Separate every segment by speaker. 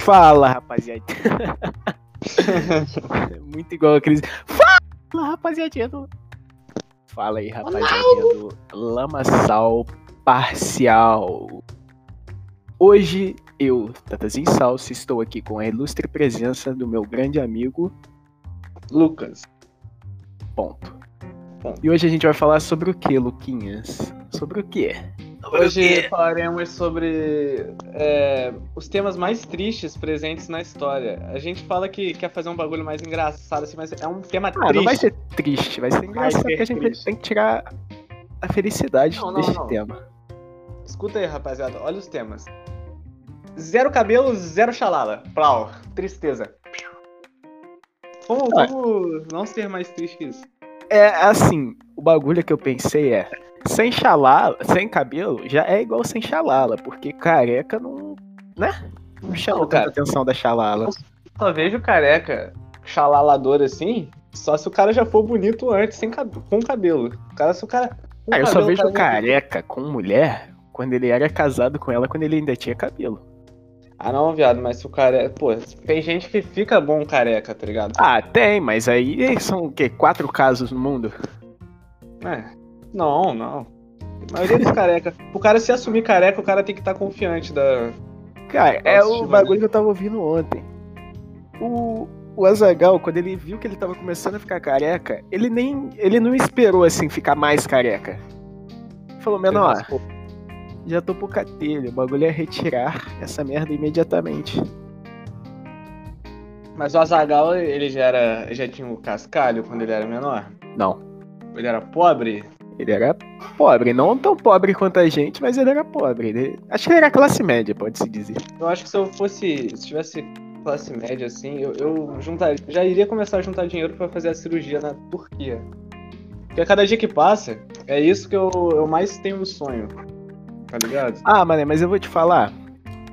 Speaker 1: Fala, rapaziada. Muito igual aqueles. Fala, rapaziadinha do. Fala aí, rapaziadinha do Lamaçal Parcial. Hoje eu, Tatazinho Salso, estou aqui com a ilustre presença do meu grande amigo.
Speaker 2: Lucas.
Speaker 1: Ponto.
Speaker 2: Ponto.
Speaker 1: E hoje a gente vai falar sobre o que, Luquinhas? Sobre o que?
Speaker 2: Hoje falaremos sobre é, os temas mais tristes presentes na história. A gente fala que quer fazer um bagulho mais engraçado, assim, mas é um tema
Speaker 1: Ah,
Speaker 2: triste.
Speaker 1: não vai ser triste, vai ser engraçado
Speaker 2: ser
Speaker 1: porque a gente
Speaker 2: triste.
Speaker 1: tem que tirar a felicidade
Speaker 2: Não, não,
Speaker 1: deste
Speaker 2: não.
Speaker 1: tema.
Speaker 2: Escuta aí, rapaziada, olha os temas. Zero cabelo, zero xalala. Plau. Tristeza. Como,
Speaker 1: Ah.
Speaker 2: como não ser mais triste que isso?
Speaker 1: É assim, o bagulho que eu pensei é, sem xalala, sem cabelo, já é igual sem xalala, porque careca não. né? Não chamou
Speaker 2: Não, cara.
Speaker 1: tanta atenção da xalala.
Speaker 2: Só vejo careca xalalador assim, só se o cara já for bonito antes, sem cab- com cabelo. O cara, se o cara. com
Speaker 1: Ah, eu só
Speaker 2: cabelo,
Speaker 1: vejo
Speaker 2: tá o cara-
Speaker 1: careca com mulher quando ele era casado com ela, quando ele ainda tinha cabelo.
Speaker 2: Ah não, viado, mas se o careca. Pô, tem gente que fica bom careca, tá ligado?
Speaker 1: Ah, tem, mas aí são o quê? Quatro casos no mundo?
Speaker 2: É. Não, não. A maioria dos careca. O cara se assumir careca, o cara tem que estar confiante da.
Speaker 1: Cara, é
Speaker 2: Nossa,
Speaker 1: o
Speaker 2: demais.
Speaker 1: bagulho que eu tava ouvindo ontem. O, o Azagal, quando ele viu que ele tava começando a ficar careca, ele nem. ele não esperou assim ficar mais careca. Ele Falou, menor, já tô pro catelho, o bagulho é retirar essa merda imediatamente.
Speaker 2: Mas o Azagal, ele já era. já tinha o cascalho quando ele era menor.
Speaker 1: Não.
Speaker 2: Ele era pobre.
Speaker 1: Ele era pobre, não tão pobre quanto a gente, mas ele era pobre. Ele- acho que ele era classe média, pode-se dizer.
Speaker 2: Eu acho que se eu fosse. Se tivesse classe média assim, eu, eu juntaria. Já iria começar a juntar dinheiro pra fazer a cirurgia na Turquia. Porque a cada dia que passa, é isso que eu, eu mais tenho no sonho. Tá ligado?
Speaker 1: Ah, mané, mas eu vou te falar.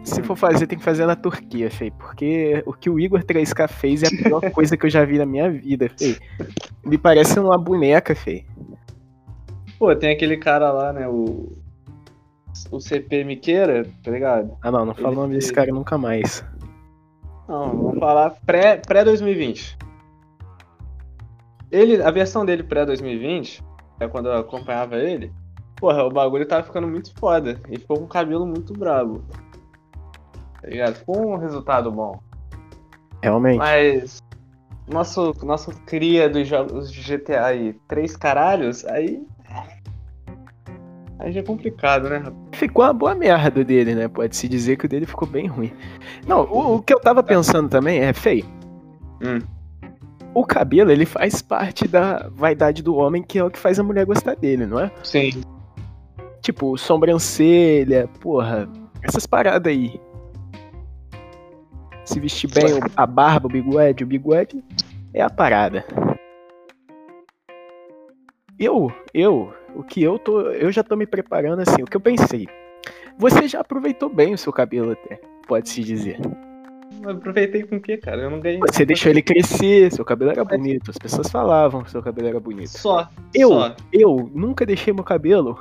Speaker 1: Se for fazer, tem que fazer na Turquia, fei. Porque o que o Igor 3K fez é a pior coisa que eu já vi na minha vida, fei. Ele parece uma boneca, fei.
Speaker 2: Pô, tem aquele cara lá, né? O. O CP Miqueira, tá ligado?
Speaker 1: Ah, não, não fala o nome desse cara nunca mais.
Speaker 2: Não, vamos falar pré- pré-2020. ele, a versão dele pré-2020, é quando eu acompanhava ele, porra, o bagulho tava ficando muito foda. E ficou com o cabelo muito brabo. Tá ligado? Ficou um resultado bom.
Speaker 1: Realmente.
Speaker 2: Mas. Nosso, nosso cria dos jogos de GTA aí, três caralhos, aí. Aí já é complicado, né, rapaz?
Speaker 1: Ficou uma boa merda o dele, né? Pode-se dizer que o dele ficou bem ruim. Não, o, o que eu tava pensando também é, fei.
Speaker 2: Hum.
Speaker 1: O cabelo, ele faz parte da vaidade do homem, que é o que faz a mulher gostar dele, não é?
Speaker 2: Sim.
Speaker 1: Tipo, sobrancelha, porra, essas paradas aí. Se vestir bem, o- a barba, o bigode, o bigode é a parada. Eu, eu, o que eu tô, eu já tô me preparando assim, o que eu pensei. Você já aproveitou bem o seu cabelo até, pode-se dizer.
Speaker 2: Eu aproveitei com o quê, cara? Eu não ganhei.
Speaker 1: Você deixou ele crescer, seu cabelo era bonito, as pessoas falavam que seu cabelo era bonito.
Speaker 2: Só.
Speaker 1: Eu,
Speaker 2: Só.
Speaker 1: eu nunca deixei meu cabelo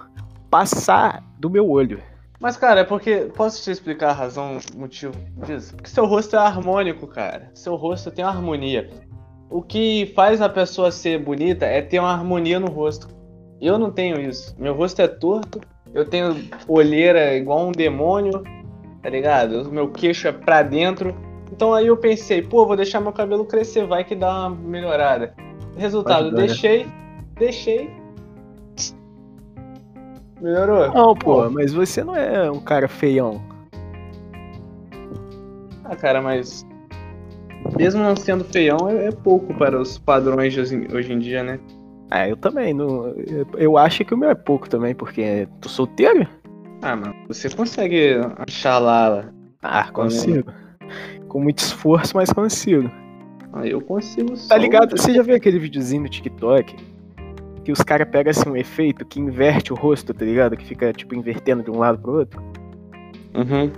Speaker 1: passar do meu olho.
Speaker 2: Mas, cara, é porque. Posso te explicar a razão, o motivo disso? Porque seu rosto é harmônico, cara. Seu rosto tem uma harmonia. O que faz a pessoa ser bonita é ter uma harmonia no rosto. Eu não tenho isso. Meu rosto é torto, eu tenho olheira igual um demônio, tá ligado? O meu queixo é pra dentro. Então aí eu pensei, pô, vou deixar meu cabelo crescer, vai que dá uma melhorada. Resultado,
Speaker 1: Pode dar, né?
Speaker 2: deixei, deixei. Melhorou?
Speaker 1: Não, pô, mas você não é um cara feião.
Speaker 2: Ah, cara, mas. Mesmo não sendo feião, é, é pouco para os padrões de hoje, hoje em dia, né?
Speaker 1: Ah, eu também. Não, eu acho que o meu é pouco também, porque tô solteiro?
Speaker 2: Ah, mano, você consegue achar lá. lá.
Speaker 1: Ah, consigo. Com muito esforço, mas consigo.
Speaker 2: Ah, eu consigo só. um
Speaker 1: Tá ligado? Você já viu aquele videozinho no TikTok? Que os caras pegam assim um efeito que inverte o rosto, tá ligado? Que fica, tipo, invertendo de um lado pro outro.
Speaker 2: Uhum.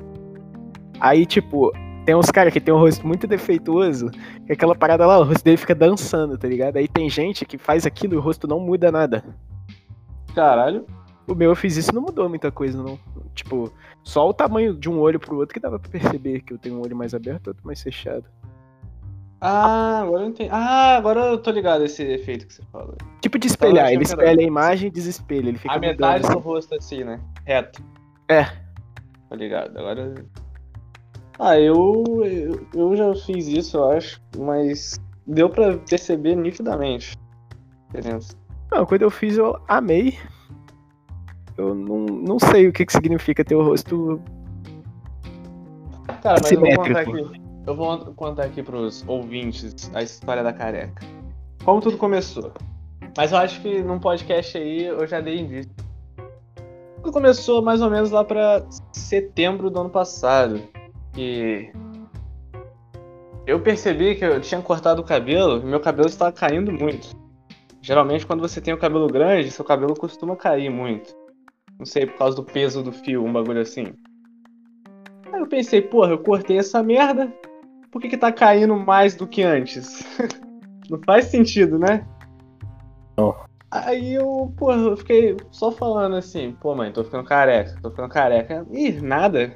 Speaker 1: Aí, tipo, tem uns caras que tem um rosto muito defeituoso, e aquela parada lá, o rosto dele fica dançando, tá ligado? Aí tem gente que faz aquilo e o rosto não muda nada.
Speaker 2: Caralho.
Speaker 1: O meu eu fiz isso não mudou muita coisa, não. Tipo, só o tamanho de um olho pro outro que dava pra perceber que eu tenho um olho mais aberto e outro mais fechado.
Speaker 2: Ah, agora eu entendi. Ah, agora eu tô ligado esse efeito que você fala.
Speaker 1: Tipo de espelhar,
Speaker 2: achando
Speaker 1: ele
Speaker 2: que era-
Speaker 1: espelha a imagem e desespelha, ele fica
Speaker 2: a metade
Speaker 1: mudando.
Speaker 2: do rosto assim, né? Reto.
Speaker 1: É.
Speaker 2: Tá ligado? Agora. Ah, eu, eu. eu já fiz isso, eu acho, mas deu pra perceber nitidamente a diferença.
Speaker 1: Não, quando eu fiz eu amei. Eu não, não sei o que, que significa ter o rosto.
Speaker 2: Cara, mas eu vou contar
Speaker 1: Assimétrico.
Speaker 2: aqui. Eu vou contar aqui pros ouvintes a história da careca. Como tudo começou. Mas eu acho que num podcast aí eu já dei indício. Tudo começou mais ou menos lá pra setembro do ano passado. E. Eu percebi que eu tinha cortado o cabelo e meu cabelo estava caindo muito. Geralmente, quando você tem o cabelo grande, seu cabelo costuma cair muito. Não sei, por causa do peso do fio, um bagulho assim. Aí eu pensei, porra, eu cortei essa merda, por que, que tá caindo mais do que antes? Não faz sentido, né?
Speaker 1: Não.
Speaker 2: Aí eu, porra, eu fiquei só falando assim, pô mãe, tô ficando careca, tô ficando careca. Ih, nada.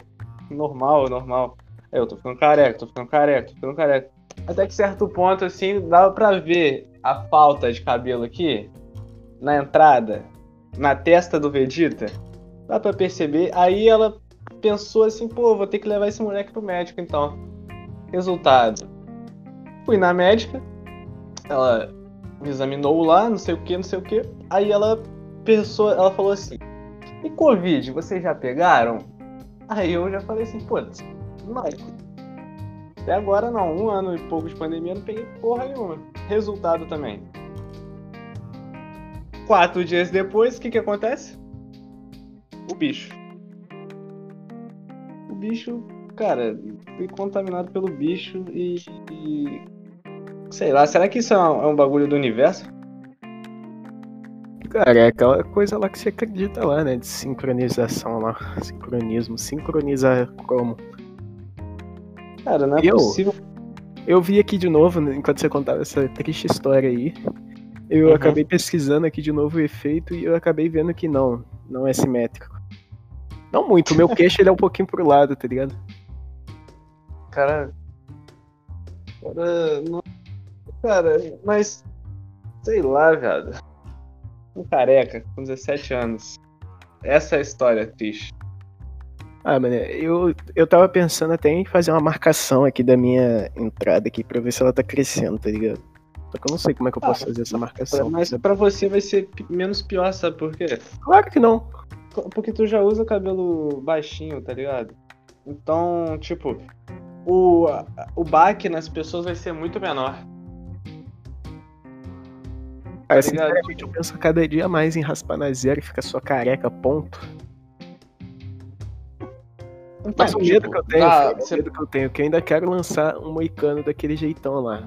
Speaker 2: Normal, normal. Aí eu tô ficando careca, tô ficando careca, tô ficando careca. Até que certo ponto, assim, dava pra ver a falta de cabelo aqui, na entrada, na testa do Vegeta. Dá pra perceber. Aí ela pensou assim, pô, vou ter que levar esse moleque pro médico então. Resultado. Fui na médica, ela me examinou lá, não sei o que, não sei o que. Aí ela pensou, ela falou assim, e Covid, vocês já pegaram? Aí eu já falei assim, pô, não. Até agora não, um ano e pouco de pandemia eu não peguei porra nenhuma. Resultado também. Quatro dias depois, o que que acontece? O bicho o bicho, cara, fui contaminado pelo bicho e, e- Sei lá, será que isso é um, é um bagulho do universo?
Speaker 1: Cara, é aquela coisa lá que você acredita lá, né? De sincronização lá. Sincronismo. Sincronizar como?
Speaker 2: Cara, não é
Speaker 1: Eu?
Speaker 2: possível.
Speaker 1: Eu vi aqui de novo, né, enquanto você contava essa triste história aí. Eu
Speaker 2: Uhum.
Speaker 1: acabei pesquisando aqui de novo o efeito e eu acabei vendo que não. Não é simétrico. Não muito, o meu queixo ele é um pouquinho pro lado, tá ligado?
Speaker 2: Cara. Cara, não- cara, mas. Sei lá, velho. Um careca, com 17 anos. Essa é a história triste.
Speaker 1: Ah, mano, eu, eu tava pensando até em fazer uma marcação aqui da minha entrada aqui pra ver se ela tá crescendo, tá ligado? Só que eu não sei como é que eu
Speaker 2: Ah,
Speaker 1: posso fazer essa marcação. né?
Speaker 2: Mas pra você vai ser pi- menos pior, sabe por quê?
Speaker 1: Claro que não.
Speaker 2: Porque tu já usa cabelo baixinho, tá ligado? Então, tipo, o, o baque nas pessoas vai ser muito menor.
Speaker 1: Cara,
Speaker 2: ligado?
Speaker 1: sinceramente, eu penso cada dia mais em raspar na zero e ficar só careca, ponto. Mas o
Speaker 2: Tipo,
Speaker 1: medo que eu tenho,
Speaker 2: tá,
Speaker 1: filho,
Speaker 2: você-
Speaker 1: o medo que eu tenho, é que eu ainda quero lançar um moicano daquele jeitão lá.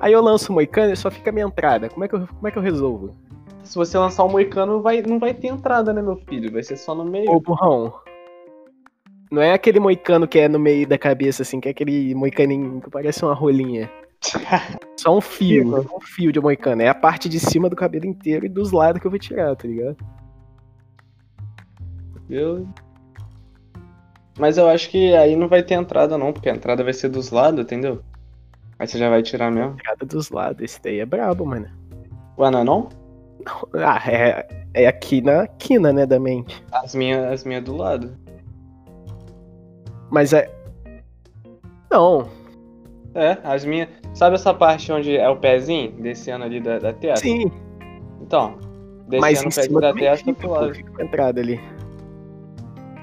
Speaker 1: Aí eu lanço o moicano e só fica a minha entrada. Como é que eu, como é que eu resolvo?
Speaker 2: se você lançar um moicano, vai, não vai ter entrada, né, meu filho? Vai ser só no meio.
Speaker 1: Ô, burrão. Não é aquele moicano que é no meio da cabeça, assim, que é aquele moicaninho que parece uma rolinha. Só um fio,
Speaker 2: Fica.
Speaker 1: um fio de moicano. É a parte de cima do cabelo inteiro e dos lados que eu vou tirar, tá ligado?
Speaker 2: Eu- Mas eu acho que aí não vai ter entrada, não, porque a entrada vai ser dos lados, entendeu? Aí você já vai tirar mesmo.
Speaker 1: Cada dos lados. Esse daí é brabo, mano.
Speaker 2: Ué, não é não?
Speaker 1: Ah, é, é aqui na quina, né, da mente.
Speaker 2: As minhas as minha é do lado.
Speaker 1: Mas é. Não.
Speaker 2: É, as minhas. Sabe essa parte onde é o pezinho descendo ali da, da testa?
Speaker 1: Sim.
Speaker 2: Então,
Speaker 1: Mas
Speaker 2: descendo
Speaker 1: em
Speaker 2: o pé tá
Speaker 1: cima
Speaker 2: da
Speaker 1: também
Speaker 2: testa
Speaker 1: fica,
Speaker 2: pro
Speaker 1: pô,
Speaker 2: lado.
Speaker 1: fica uma entrada ali.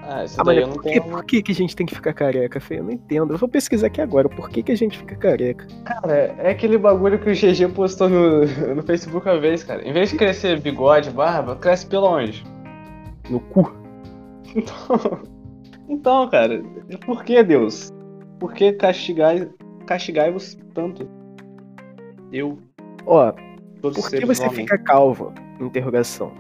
Speaker 2: Ah, isso
Speaker 1: Ah,
Speaker 2: daí
Speaker 1: mas
Speaker 2: eu não
Speaker 1: por, que,
Speaker 2: tenho.
Speaker 1: por que, que a gente tem que ficar careca, feio? Eu não entendo. Eu vou pesquisar aqui agora. Por que, que a gente fica careca?
Speaker 2: Cara, é aquele bagulho que o GG postou no, no Facebook uma vez, cara. Em vez de crescer bigode, barba, cresce pelo onde?
Speaker 1: No cu.
Speaker 2: Então, cara, por que Deus? Por que castigai, castigai-vos tanto? Eu,
Speaker 1: Ó,
Speaker 2: todos
Speaker 1: por
Speaker 2: os
Speaker 1: que
Speaker 2: seres
Speaker 1: você
Speaker 2: homens.
Speaker 1: fica calvo? Interrogação.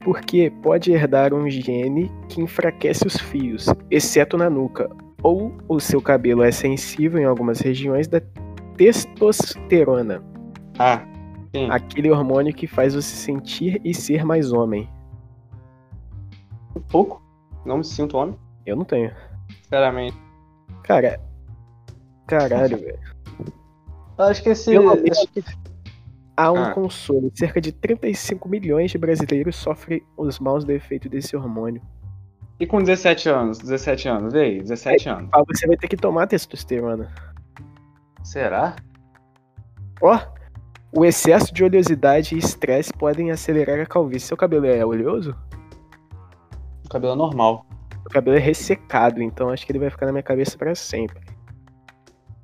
Speaker 1: Porque pode herdar um gene que enfraquece os fios, exceto na nuca. Ou o seu cabelo é sensível em algumas regiões da testosterona,
Speaker 2: Ah, sim.
Speaker 1: aquele hormônio que faz você sentir e ser mais homem.
Speaker 2: um pouco? Não me sinto homem,
Speaker 1: Eu não tenho.
Speaker 2: sinceramente.
Speaker 1: Cara. Caralho, velho.
Speaker 2: Eu acho que esse.
Speaker 1: Pelo menos há um
Speaker 2: Ah.
Speaker 1: consolo. Cerca de 35 milhões de brasileiros sofrem os maus defeitos desse hormônio.
Speaker 2: E com 17 anos? 17 anos, e aí? 17 anos.
Speaker 1: Ah, você vai ter que tomar testosterona.
Speaker 2: Será?
Speaker 1: Ó, o excesso de oleosidade e estresse podem acelerar a calvície. Seu cabelo é oleoso?
Speaker 2: O cabelo é normal.
Speaker 1: Meu cabelo é ressecado, então acho que ele vai ficar na minha cabeça pra sempre.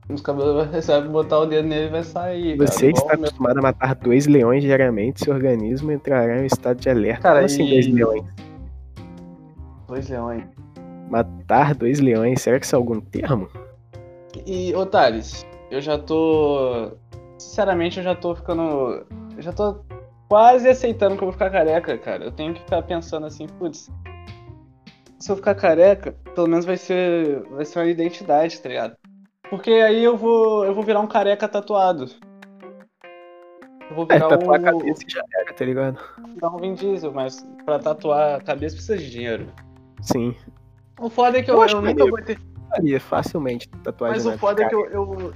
Speaker 2: Os cabelos você vai botar o dedo nele e vai sair. cara.
Speaker 1: Você
Speaker 2: Igual
Speaker 1: está
Speaker 2: o meu.
Speaker 1: acostumado a matar dois leões diariamente, seu organismo entrará em um estado de alerta.
Speaker 2: Cara,
Speaker 1: Como assim
Speaker 2: e-
Speaker 1: dois leões?
Speaker 2: Dois leões.
Speaker 1: Matar dois leões, será que isso é algum termo?
Speaker 2: E, ô Thales, eu já tô. Sinceramente, eu já tô ficando. Eu já tô quase aceitando que eu vou ficar careca, cara. Eu tenho que ficar pensando assim, putz. Se eu ficar careca, pelo menos vai ser. Vai ser uma identidade, tá ligado? Porque aí eu vou. eu vou virar um careca tatuado. Eu vou
Speaker 1: É,
Speaker 2: virar um.
Speaker 1: tatuar a cabeça e já era, tá ligado?
Speaker 2: Não, um Vin Diesel, mas pra tatuar a cabeça precisa de dinheiro.
Speaker 1: Sim.
Speaker 2: O foda é que eu,
Speaker 1: Eu acho
Speaker 2: eu
Speaker 1: que
Speaker 2: nunca
Speaker 1: eu-
Speaker 2: vou ter.
Speaker 1: Faria facilmente tatuagem.
Speaker 2: Mas o
Speaker 1: na
Speaker 2: foda
Speaker 1: cara.
Speaker 2: é que eu, eu,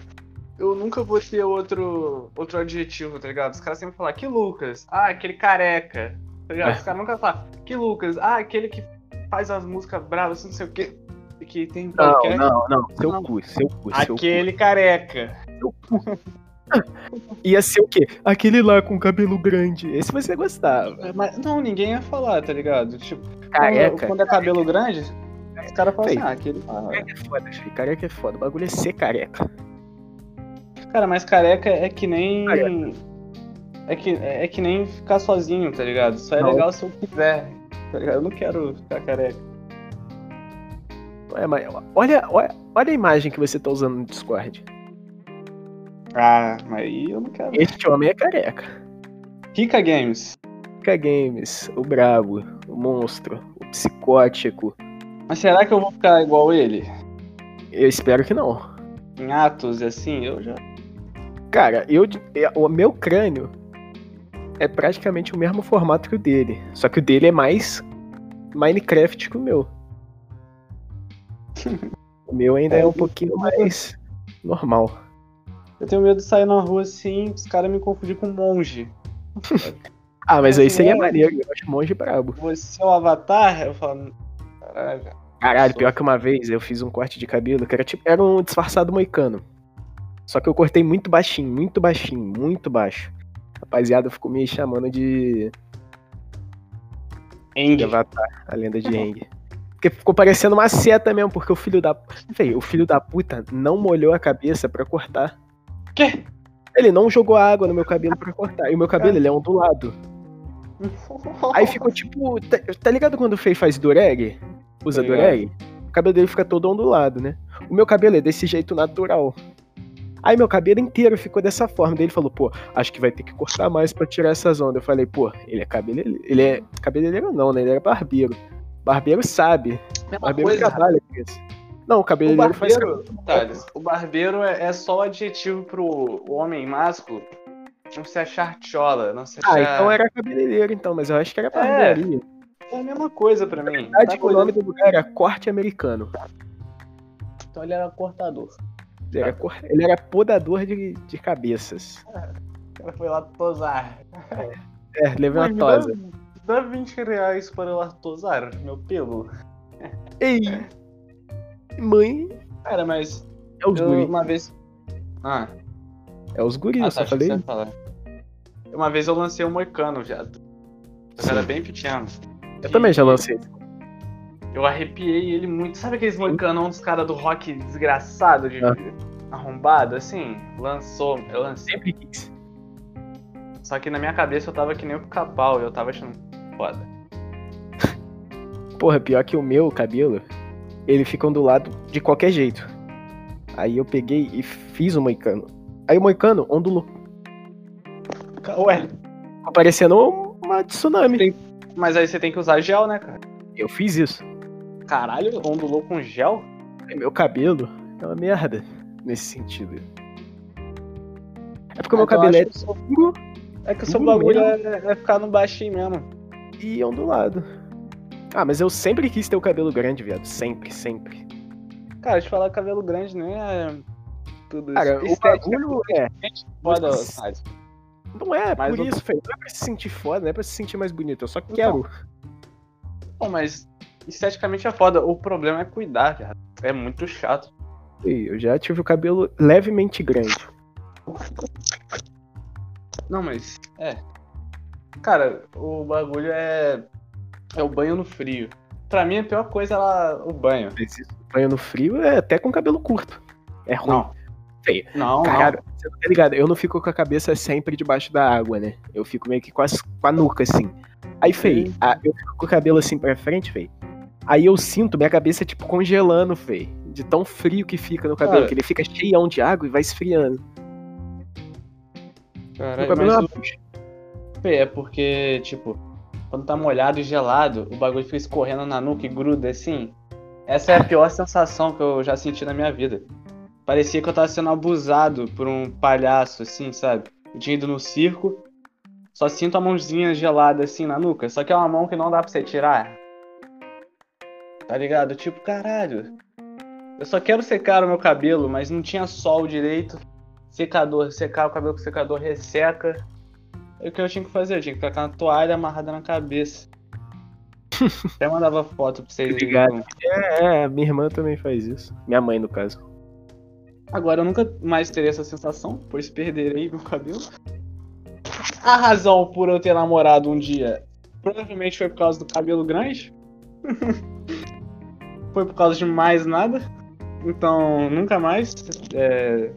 Speaker 2: eu nunca vou ter outro, outro adjetivo, tá ligado? Os caras sempre falam, que Lucas, ah, aquele careca, tá ligado?
Speaker 1: É.
Speaker 2: Os caras nunca falam, que Lucas, ah, aquele que faz as músicas bravas, assim, não sei o quê, e que tem
Speaker 1: Não, não, não. Seu
Speaker 2: Não.
Speaker 1: cu, seu cu, seu cu.
Speaker 2: Aquele careca.
Speaker 1: Ia ser o quê? Aquele lá com cabelo grande. Esse você gostava.
Speaker 2: É, Mas não, ninguém ia falar, tá ligado? Tipo,
Speaker 1: Careca.
Speaker 2: quando, quando é cabelo grande, os caras falam assim,
Speaker 1: Feio.
Speaker 2: ah, aquele lá.
Speaker 1: Careca é foda, filho. Careca é foda. O bagulho é ser careca.
Speaker 2: Cara, mas careca é que nem.
Speaker 1: Careca.
Speaker 2: É que, é que nem ficar sozinho, tá ligado? Só é
Speaker 1: Não.
Speaker 2: legal se eu quiser. Tá ligado? Eu não quero ficar careca.
Speaker 1: Ué, mas é olha, olha, olha a imagem que você tá usando no Discord.
Speaker 2: Ah, mas aí eu não quero.
Speaker 1: Este homem é careca.
Speaker 2: Kika Games.
Speaker 1: Fica Games, o brabo, o monstro, o psicótico.
Speaker 2: Mas será que eu vou ficar igual ele?
Speaker 1: Eu espero que não.
Speaker 2: Em atos e assim? Eu já.
Speaker 1: Cara, eu, eu- o meu crânio é praticamente o mesmo formato que o dele. Só que o dele é mais Minecraft que o meu. o meu ainda é um pouquinho mais normal.
Speaker 2: Eu tenho medo de sair na rua assim, os caras me confundir com monge.
Speaker 1: Ah, mas aí
Speaker 2: Esse
Speaker 1: seria
Speaker 2: monge.
Speaker 1: maneiro, eu acho monge brabo.
Speaker 2: Você é o avatar? Eu falo. Caralho, cara.
Speaker 1: Caralho, pior que uma vez eu fiz um corte de cabelo que era tipo, era um disfarçado moicano. Só que eu cortei muito baixinho, muito baixinho, muito baixo. Rapaziada ficou me chamando de de
Speaker 2: Eng.
Speaker 1: Avatar, a lenda de Aang. Porque ficou parecendo uma seta mesmo, porque o filho da. Véi, o filho da puta não molhou a cabeça pra cortar.
Speaker 2: Quê?
Speaker 1: Ele não jogou água no meu cabelo pra cortar. E o meu cabelo, ele é ondulado. Aí ficou tipo. Tá, tá ligado quando o Fei faz dureg? Usa
Speaker 2: Tô Tá ligado.
Speaker 1: dureg? O cabelo dele fica todo ondulado, né? O meu cabelo é desse jeito natural. Aí meu cabelo inteiro ficou dessa forma. Daí ele falou, pô, acho que vai ter que cortar mais pra tirar essas ondas. Eu falei, pô, ele é cabeleireiro. Ele é cabeleireiro não, né? Ele era barbeiro. Barbeiro sabe.
Speaker 2: Mesma
Speaker 1: Barbeiro
Speaker 2: coisa,
Speaker 1: trabalha com isso. Não, o
Speaker 2: O
Speaker 1: cabeleireiro faz.
Speaker 2: barbeiro, Thales, o barbeiro é, é só o adjetivo pro homem másculo não se achar tchola, não se achar...
Speaker 1: Ah, então era cabeleireiro, então, mas eu acho que era barbearia.
Speaker 2: É a mesma coisa pra mim.
Speaker 1: Na
Speaker 2: Tá
Speaker 1: verdade, o
Speaker 2: coisa-
Speaker 1: nome do lugar era Corte Americano.
Speaker 2: Então ele era cortador.
Speaker 1: Ele era, cor- ele era podador de, de cabeças.
Speaker 2: O cara foi lá tosar.
Speaker 1: É, levantose.
Speaker 2: Mas me Dá, dá 20 reais para eu lá tosar meu pelo.
Speaker 1: Ei! Mãe!
Speaker 2: Cara, mas
Speaker 1: É os
Speaker 2: É. eu
Speaker 1: guris.
Speaker 2: uma vez... Ah,
Speaker 1: É os guris,
Speaker 2: ah,
Speaker 1: eu
Speaker 2: tá,
Speaker 1: só
Speaker 2: achei que
Speaker 1: falei.
Speaker 2: você ia falar. Uma vez eu lancei um moicano, viado. Eu
Speaker 1: Sim.
Speaker 2: era bem pequeno.
Speaker 1: Eu também já lancei.
Speaker 2: Eu arrepiei ele muito. Sabe aqueles moicanão dos caras do rock desgraçado, de
Speaker 1: Ah.
Speaker 2: arrombado, assim? Lançou, eu lancei.
Speaker 1: Sempre quis.
Speaker 2: Só que na minha cabeça eu tava que nem o pica-pau, eu tava achando foda.
Speaker 1: Porra, pior que o meu cabelo, ele fica ondulado de qualquer jeito. Aí eu peguei e fiz o moicano. Aí o moicano ondulou.
Speaker 2: Ué,
Speaker 1: Ficou parecendo uma tsunami.
Speaker 2: mas aí você tem que usar gel, né, cara?
Speaker 1: Eu fiz isso.
Speaker 2: Caralho, ondulou com gel?
Speaker 1: Aí Meu cabelo é uma merda nesse sentido. É porque o meu
Speaker 2: Então,
Speaker 1: cabelo é
Speaker 2: acho que o seu-
Speaker 1: duro
Speaker 2: É que o seu
Speaker 1: Duro
Speaker 2: bagulho é, é ficar no baixinho mesmo.
Speaker 1: e ondulado. Ah, mas eu sempre quis ter o cabelo grande, viado. Sempre, sempre.
Speaker 2: Cara, te falar cabelo grande nem é tudo
Speaker 1: Cara,
Speaker 2: isso.
Speaker 1: o bagulho é.
Speaker 2: Gente, foda,
Speaker 1: Mas-
Speaker 2: sabe?
Speaker 1: Não é
Speaker 2: Mas
Speaker 1: por
Speaker 2: o- Então.
Speaker 1: isso, feio. Não é pra se sentir foda, não é pra se sentir mais bonito. Eu só quero.
Speaker 2: Pô, mas esteticamente é foda. O problema é cuidar, cara. É muito chato.
Speaker 1: Ei, Eu já tive o cabelo levemente grande.
Speaker 2: Não, mas. É. Cara, o bagulho é. É o banho no frio. Pra mim, a pior coisa é lá, o banho.
Speaker 1: Mas isso, banho no frio é até com cabelo curto. É ruim.
Speaker 2: Não.
Speaker 1: Feio.
Speaker 2: Não, não.
Speaker 1: Caralho, você não tá ligado? Eu não fico com a cabeça sempre debaixo da água, né? Eu fico meio que com, as- com a nuca, assim. Aí, Fei,
Speaker 2: Sim.
Speaker 1: a- eu fico com o cabelo assim pra frente, Fei. Aí eu sinto minha cabeça, tipo, congelando, Fei. De tão frio que fica no cabelo,
Speaker 2: Cara.
Speaker 1: que ele fica cheião de água e vai esfriando.
Speaker 2: Caralho,
Speaker 1: o cabelo é
Speaker 2: mas
Speaker 1: uma
Speaker 2: o-
Speaker 1: bucha.
Speaker 2: É porque, tipo, quando tá molhado e gelado, o bagulho fica escorrendo na nuca e gruda assim. Essa é a pior sensação que eu já senti na minha vida. Parecia que eu tava sendo abusado por um palhaço, assim, sabe? Eu tinha ido no circo, só sinto a mãozinha gelada assim na nuca, só que é uma mão que não dá pra você tirar. Tá ligado? Tipo, caralho. Eu só quero secar o meu cabelo, mas não tinha sol direito. Secador, secar o cabelo com secador resseca. É O que eu tinha que fazer? Eu tinha que ficar com a toalha amarrada na cabeça. Até mandava foto pra vocês.
Speaker 1: Obrigado. É, é, minha irmã também faz isso. Minha mãe, no caso.
Speaker 2: Agora eu nunca mais terei essa sensação, pois perderei meu cabelo. A razão por eu ter namorado um dia provavelmente foi por causa do cabelo grande. foi por causa de mais nada. Então nunca mais é,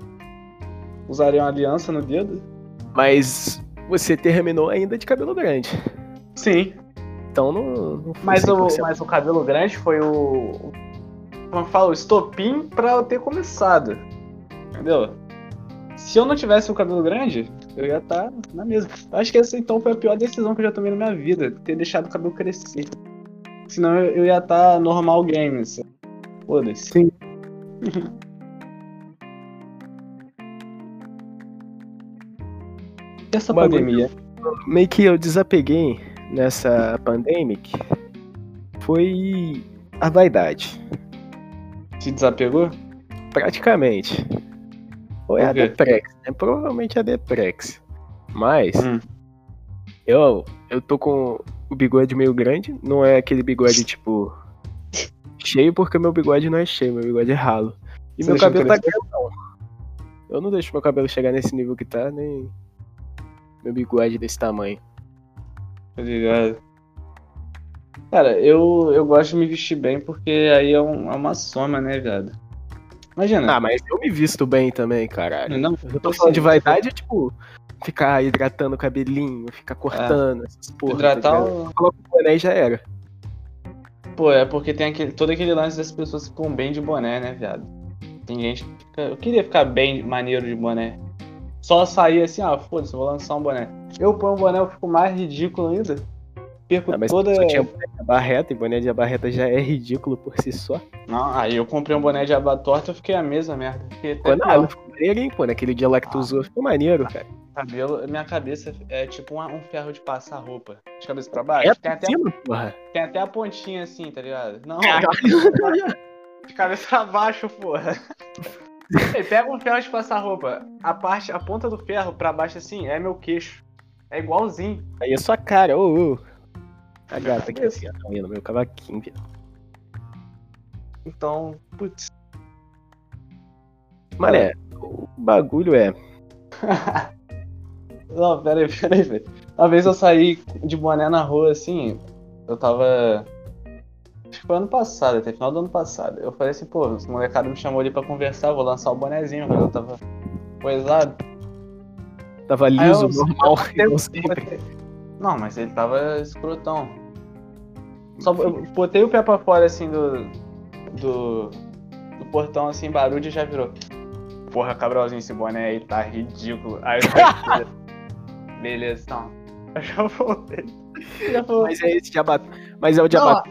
Speaker 2: usarei uma aliança no dedo.
Speaker 1: Mas você terminou ainda de cabelo grande.
Speaker 2: Sim,
Speaker 1: Então não. não foi
Speaker 2: Mas o,
Speaker 1: 100%.
Speaker 2: mas o cabelo grande foi o. o- Como eu falo, o estopim pra eu ter começado. Entendeu? Se eu não tivesse o cabelo grande, eu ia estar na mesma. Eu acho que essa então foi a pior decisão que eu já tomei na minha vida, ter deixado o cabelo crescer. Senão eu, eu ia estar normal games. Foda-se.
Speaker 1: Sim.
Speaker 2: E essa
Speaker 1: O bagulho-
Speaker 2: pandemia?
Speaker 1: meio que eu desapeguei nessa pandemic foi a vaidade,
Speaker 2: Se desapegou?
Speaker 1: praticamente. Ou é
Speaker 2: Por
Speaker 1: a
Speaker 2: quê?
Speaker 1: Deprex, né? Provavelmente a Deprex. Mas
Speaker 2: Hum.
Speaker 1: eu, eu tô com o bigode meio grande, não é aquele bigode tipo cheio porque meu bigode não é cheio, meu bigode é ralo. E
Speaker 2: Você
Speaker 1: meu
Speaker 2: deixa
Speaker 1: cabelo tá grandão. Eu não deixo meu cabelo chegar nesse nível que tá, nem meu bigode desse tamanho.
Speaker 2: Tá ligado? Cara, eu, eu gosto de me vestir bem porque aí é, um- é uma soma, né, viado? Imagina.
Speaker 1: Ah, mas eu me visto bem também, caralho.
Speaker 2: não,
Speaker 1: Eu tô falando de vaidade, é tipo, ficar hidratando o cabelinho, ficar cortando essas porra.
Speaker 2: É. hidratar
Speaker 1: tá ligado?
Speaker 2: o...
Speaker 1: Coloca o boné e já era.
Speaker 2: Pô, é porque tem aquele, todo aquele lance das pessoas que ficam bem de boné, né, viado? Tem gente que fica... Eu queria ficar bem maneiro de boné. Só sair assim, ah, foda-se, eu vou lançar um boné. Eu ponho um boné, eu fico mais ridículo ainda. Perco
Speaker 1: Ah, mas
Speaker 2: toda. é.
Speaker 1: se eu tinha boné de barreta, e boné de barreta já é ridículo por si só.
Speaker 2: Não, aí eu comprei um boné de aba torta, eu fiquei a mesma merda. Fiquei até
Speaker 1: Quando
Speaker 2: pior.
Speaker 1: ela ficou maneiro, hein, pô, naquele dia lá
Speaker 2: Ah.
Speaker 1: que tu usou, ficou maneiro, cara.
Speaker 2: Cabelo, minha cabeça é tipo uma- um ferro de passar roupa. De cabeça pra baixo.
Speaker 1: É
Speaker 2: tem,
Speaker 1: por
Speaker 2: até,
Speaker 1: cima, É. porra.
Speaker 2: tem até a pontinha assim, tá ligado? Não,
Speaker 1: Caralho.
Speaker 2: de cabeça pra baixo, porra. Ei, Pega um ferro de passar roupa. A parte, a ponta do ferro pra baixo assim é meu queixo. É igualzinho.
Speaker 1: Aí é sua cara, ô, ô. A gata aqui assim, ó, tá vendo? meu cavaquinho, viado.
Speaker 2: Então, putz.
Speaker 1: Mané, o bagulho é.
Speaker 2: Não, peraí, peraí, velho. Uma vez eu saí de boné na rua, assim, eu tava. Acho que foi ano passado, até final do ano passado. Eu falei assim, pô, esse molecado me chamou ali pra conversar, vou lançar o bonezinho, velho. Eu tava coisado.
Speaker 1: Tava
Speaker 2: Aí
Speaker 1: liso,
Speaker 2: eu-
Speaker 1: normal, igual sempre.
Speaker 2: Não, mas ele tava escrotão. Só eu botei o pé pra fora, assim, do. Do. Do portão, assim, barulho e já virou. Porra, Cabralzinho, esse boné aí tá ridículo. Aí eu falei, "Beleza." Beleza, então. Eu já voltei. Eu Já voltei.
Speaker 1: Mas é esse de abat... Mas é o de
Speaker 2: Não,
Speaker 1: abat...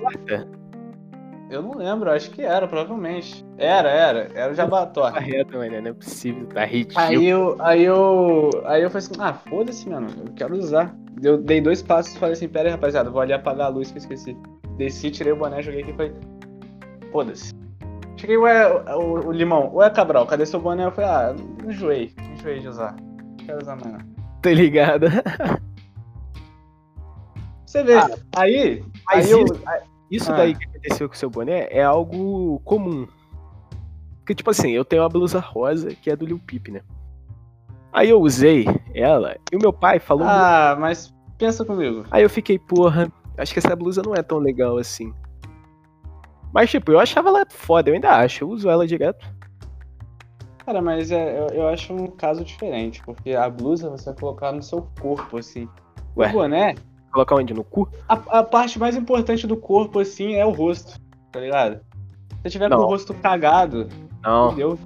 Speaker 2: Eu não lembro, acho que era, provavelmente. Era, era. Era o Jabató.
Speaker 1: barreta, mané. Não é possível, tá ridículo.
Speaker 2: Aí eu, aí eu, aí eu falei assim, ah, foda-se, mano, eu quero usar. Eu dei dois passos e falei assim, pera aí, rapaziada, vou ali apagar a luz que eu esqueci. desci, tirei o boné, joguei aqui e falei. Foda-se. Cheguei, ué, o, o Limão, ué, Cabral, cadê seu boné? Eu falei, ah, enjoei, enjoei de usar. Não quero usar amanhã.
Speaker 1: Tá ligado?
Speaker 2: Você vê,
Speaker 1: Ah,
Speaker 2: aí,
Speaker 1: mas
Speaker 2: aí eu,
Speaker 1: isso- Isso
Speaker 2: Ah.
Speaker 1: daí que aconteceu com o seu boné é algo comum. Porque, tipo assim, eu tenho uma blusa rosa que é do Lil Peep, né? Aí eu usei ela e o meu pai falou. muito.
Speaker 2: Ah, mas pensa comigo.
Speaker 1: Aí eu fiquei, porra, acho que essa blusa não é tão legal assim. Mas, tipo, eu achava ela foda, eu ainda acho, eu uso ela direto.
Speaker 2: Cara, mas é, eu, eu acho um caso diferente, porque a blusa você vai colocar no seu corpo, assim.
Speaker 1: Ué.
Speaker 2: O boné,
Speaker 1: Colocar onde? No cu?
Speaker 2: a, a parte mais importante do corpo, assim, é o rosto, tá ligado? Se você tiver com
Speaker 1: Não.
Speaker 2: o rosto cagado,
Speaker 1: Não.
Speaker 2: entendeu?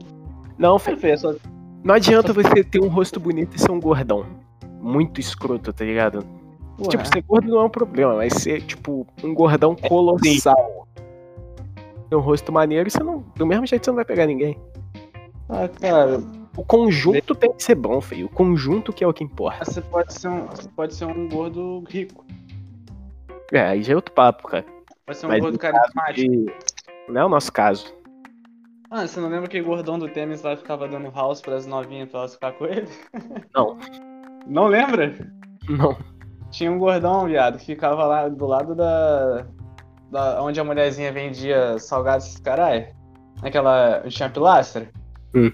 Speaker 1: Não, filho.
Speaker 2: Perfeito, só
Speaker 1: Não adianta você ter um rosto bonito e ser um gordão. Muito escroto, tá ligado?
Speaker 2: Porra.
Speaker 1: Tipo, ser gordo não é um problema, mas ser, tipo, um gordão colossal. Ter um rosto maneiro, você não. Do mesmo jeito você não vai pegar ninguém.
Speaker 2: Ah, cara,
Speaker 1: O conjunto tem que ser bom, feio. O conjunto que é o que importa.
Speaker 2: você pode ser um, você pode ser um gordo rico.
Speaker 1: É, aí já é outro papo, cara.
Speaker 2: Pode ser um
Speaker 1: Mas
Speaker 2: gordo
Speaker 1: no
Speaker 2: carismático.
Speaker 1: E não é o nosso caso.
Speaker 2: Ah, você não lembra que gordão do Temis lá ficava dando house pras novinhas pra elas ficar com ele?
Speaker 1: Não.
Speaker 2: Não lembra?
Speaker 1: Não.
Speaker 2: Tinha um gordão, viado, que ficava lá do lado da. da onde a mulherzinha vendia salgados esses caralho. Naquela. Tinha pilastra.
Speaker 1: Hum.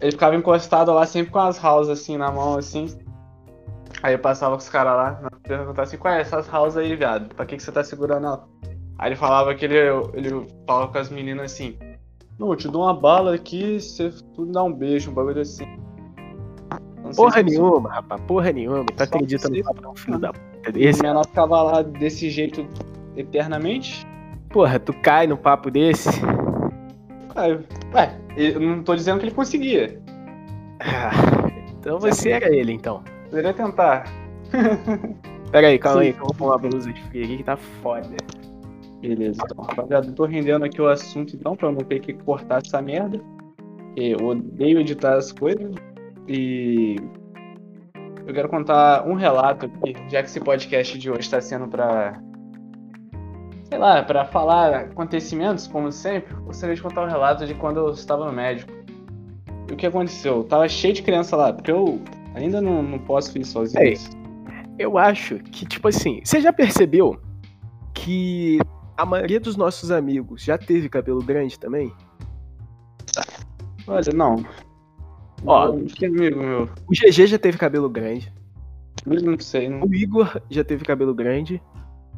Speaker 2: Ele ficava encostado lá sempre com as house assim na mão, assim. Aí eu passava com os caras lá, na- perguntava assim, qual é essas house aí, viado? Pra que, que você tá segurando ela? Aí ele falava que ele, ele falava com as meninas assim, não, eu te dou uma bala aqui, você tu me dá um beijo, um bagulho assim. Não sei se
Speaker 1: Porra
Speaker 2: você-
Speaker 1: nenhuma, rapaz. Porra nenhuma. Tu
Speaker 2: Só
Speaker 1: acredita
Speaker 2: você. tá
Speaker 1: no patrão, filho da puta
Speaker 2: Esse
Speaker 1: desse?
Speaker 2: menor ficava lá desse jeito eternamente?
Speaker 1: Porra, tu cai num papo desse?
Speaker 2: Ué, ué, eu não tô dizendo que ele conseguia.
Speaker 1: Ah, Então você era ele, então.
Speaker 2: Poderia tentar.
Speaker 1: Pera aí, calma
Speaker 2: Sim.
Speaker 1: aí, que eu vou pôr uma blusa de frio aqui que tá foda.
Speaker 2: Beleza, então, rapaziada, eu tô rendendo aqui o assunto então, pra eu não ter que cortar essa merda. Porque eu odeio editar as coisas. E. Eu quero contar um relato aqui, já que esse podcast de hoje tá sendo pra. Sei lá, pra falar acontecimentos, como sempre, eu gostaria de contar um relato de quando eu estava no médico. E o que aconteceu? Eu tava cheio de criança lá, porque eu ainda não, não posso ir sozinho.
Speaker 1: Ei. Eu acho que, tipo assim, você já percebeu que a maioria dos nossos amigos já teve cabelo grande também?
Speaker 2: Olha, não.
Speaker 1: Ó.
Speaker 2: Eu- que amigo meu.
Speaker 1: O GG já teve cabelo grande.
Speaker 2: Eu não sei, não
Speaker 1: O Igor já teve cabelo grande.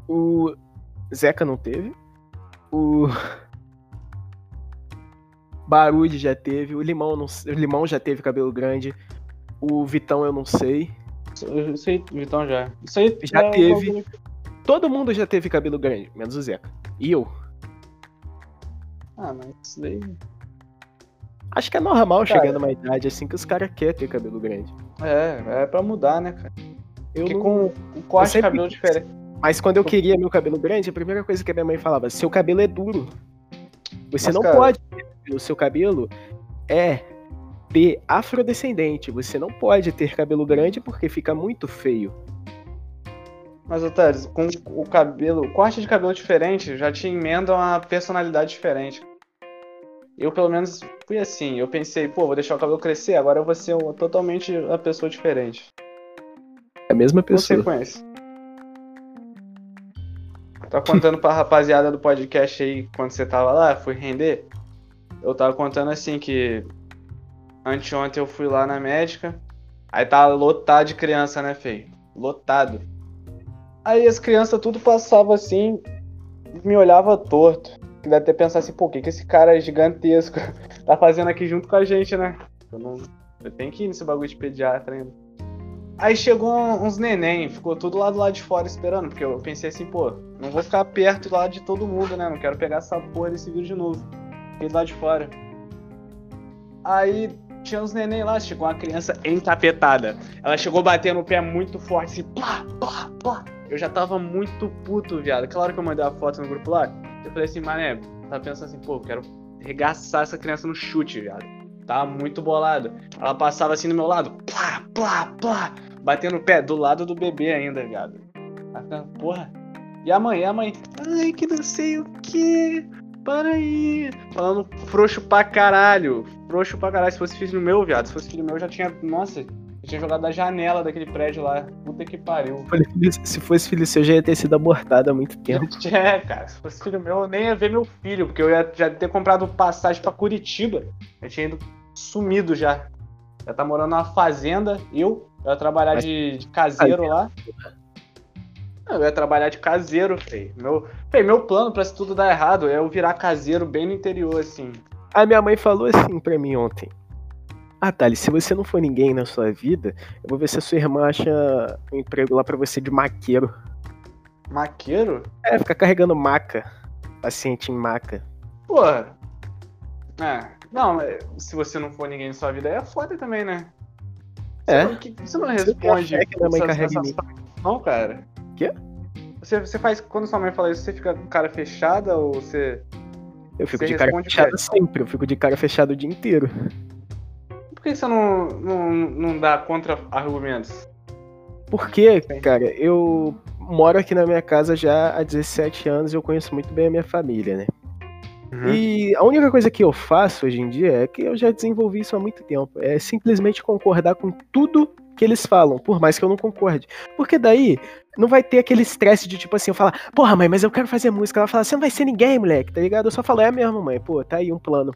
Speaker 1: O Zeca não teve. O. Barude já teve. O Limão, não... o Limão já teve cabelo grande. O Vitão eu não sei.
Speaker 2: Isso aí, Vitão, já. Isso aí
Speaker 1: Já
Speaker 2: é um
Speaker 1: teve.
Speaker 2: bagulho-
Speaker 1: Todo mundo já teve cabelo grande, menos o Zeca. E eu.
Speaker 2: Ah, mas isso daí.
Speaker 1: Acho que é normal
Speaker 2: Cara.
Speaker 1: chegar numa idade assim que os caras querem ter cabelo grande.
Speaker 2: É, é pra mudar, né, cara?
Speaker 1: Eu
Speaker 2: Porque
Speaker 1: não-
Speaker 2: com o corte de
Speaker 1: sempre-
Speaker 2: cabelo diferente.
Speaker 1: Mas quando eu queria meu cabelo grande, a primeira coisa que a minha mãe falava: seu cabelo é duro. Você
Speaker 2: Mas,
Speaker 1: não
Speaker 2: cara-
Speaker 1: pode. O seu cabelo é de afrodescendente. Você não pode ter cabelo grande porque fica muito feio.
Speaker 2: Mas, Otário, com o cabelo. O corte de cabelo diferente já te emenda uma personalidade diferente. Eu, pelo menos, fui assim. Eu pensei, pô, vou deixar o cabelo crescer, agora eu vou ser um- totalmente a pessoa diferente.
Speaker 1: É a mesma pessoa.
Speaker 2: Consequência. Tá contando pra rapaziada do podcast aí quando você tava lá, fui render. Eu tava contando assim que anteontem eu fui lá na médica, aí tava lotado de criança, né, feio? Lotado. Aí as crianças tudo passava assim, me olhava torto. Que deve até pensar assim, pô, o que, que esse cara gigantesco tá fazendo aqui junto com a gente, né? Eu, não... eu tenho que ir nesse bagulho de pediatra ainda. Aí chegou um- uns neném, ficou tudo lá do lado de fora esperando, porque eu pensei assim, pô, não vou ficar perto lá de todo mundo, né? Não quero pegar essa porra desse vírus de novo. Fiquei do lado de fora. Aí tinha uns neném lá, chegou uma criança encapetada. Ela chegou batendo o pé muito forte, assim, plá, plá, plá. Eu já tava muito puto, viado. Aquela hora que eu mandei a foto no grupo lá, eu falei assim, mané, tava pensando assim, pô, eu quero regaçar essa criança no chute, viado. Tava muito bolado. Ela passava assim do meu lado, plá, plá, plá batendo o pé do lado do bebê ainda, viado. Aí eu falava, Tá Porra, E a mãe, a mãe, ai, que não sei o que, para aí. Falando frouxo pra caralho, frouxo pra caralho. Se fosse filho meu, viado, se fosse filho meu, eu já tinha, nossa, eu tinha jogado da janela daquele prédio lá. Puta que pariu.
Speaker 1: Falei, filho, Se fosse filho seu, já ia ter sido abortado há muito tempo.
Speaker 2: É, cara, se fosse filho meu, eu nem ia ver meu filho, porque eu ia já ter comprado passagem pra Curitiba. Eu tinha ido sumido já. Já tá morando numa fazenda, eu, eu ia trabalhar
Speaker 1: Mas-
Speaker 2: de, de caseiro lá. Eu ia trabalhar de caseiro, feio. Meu, feio, meu plano pra se tudo dar errado é eu virar caseiro bem no interior, assim.
Speaker 1: A minha mãe falou assim pra mim ontem. Ah, Thales, se você não for ninguém na sua vida, eu vou ver se a sua irmã acha um emprego lá pra você de maqueiro.
Speaker 2: Maqueiro?
Speaker 1: É, ficar carregando maca. Paciente em maca.
Speaker 2: Pô. É. Não, mas se você não for ninguém na sua vida, aí é foda também, né? Você
Speaker 1: É.
Speaker 2: não- que- Você não
Speaker 1: Você tem a
Speaker 2: responde.
Speaker 1: fé que minha mãe
Speaker 2: essas-
Speaker 1: carrega em
Speaker 2: essas frases, Não, cara.
Speaker 1: Quê?
Speaker 2: Você, você faz. Quando sua mãe fala isso, você fica com cara fechada ou você.
Speaker 1: Eu fico
Speaker 2: Você
Speaker 1: de cara
Speaker 2: responde
Speaker 1: fechado
Speaker 2: pra-
Speaker 1: sempre, eu fico de cara fechado o dia inteiro.
Speaker 2: Por que você não, não, não dá contra-argumentos?
Speaker 1: Porque, cara, eu moro aqui na minha casa já há 17 anos e eu conheço muito bem a minha família, né?
Speaker 2: Uhum.
Speaker 1: E a única coisa que eu faço hoje em dia é que eu já desenvolvi isso há muito tempo. É simplesmente concordar com tudo que eles falam, por mais que eu não concorde. Porque daí não vai ter aquele estresse de tipo assim, eu falar, porra, mãe, mas eu quero fazer música. Ela fala, você não vai ser ninguém, moleque, tá ligado? Eu só falo, é mesmo, mãe, pô, tá aí um plano.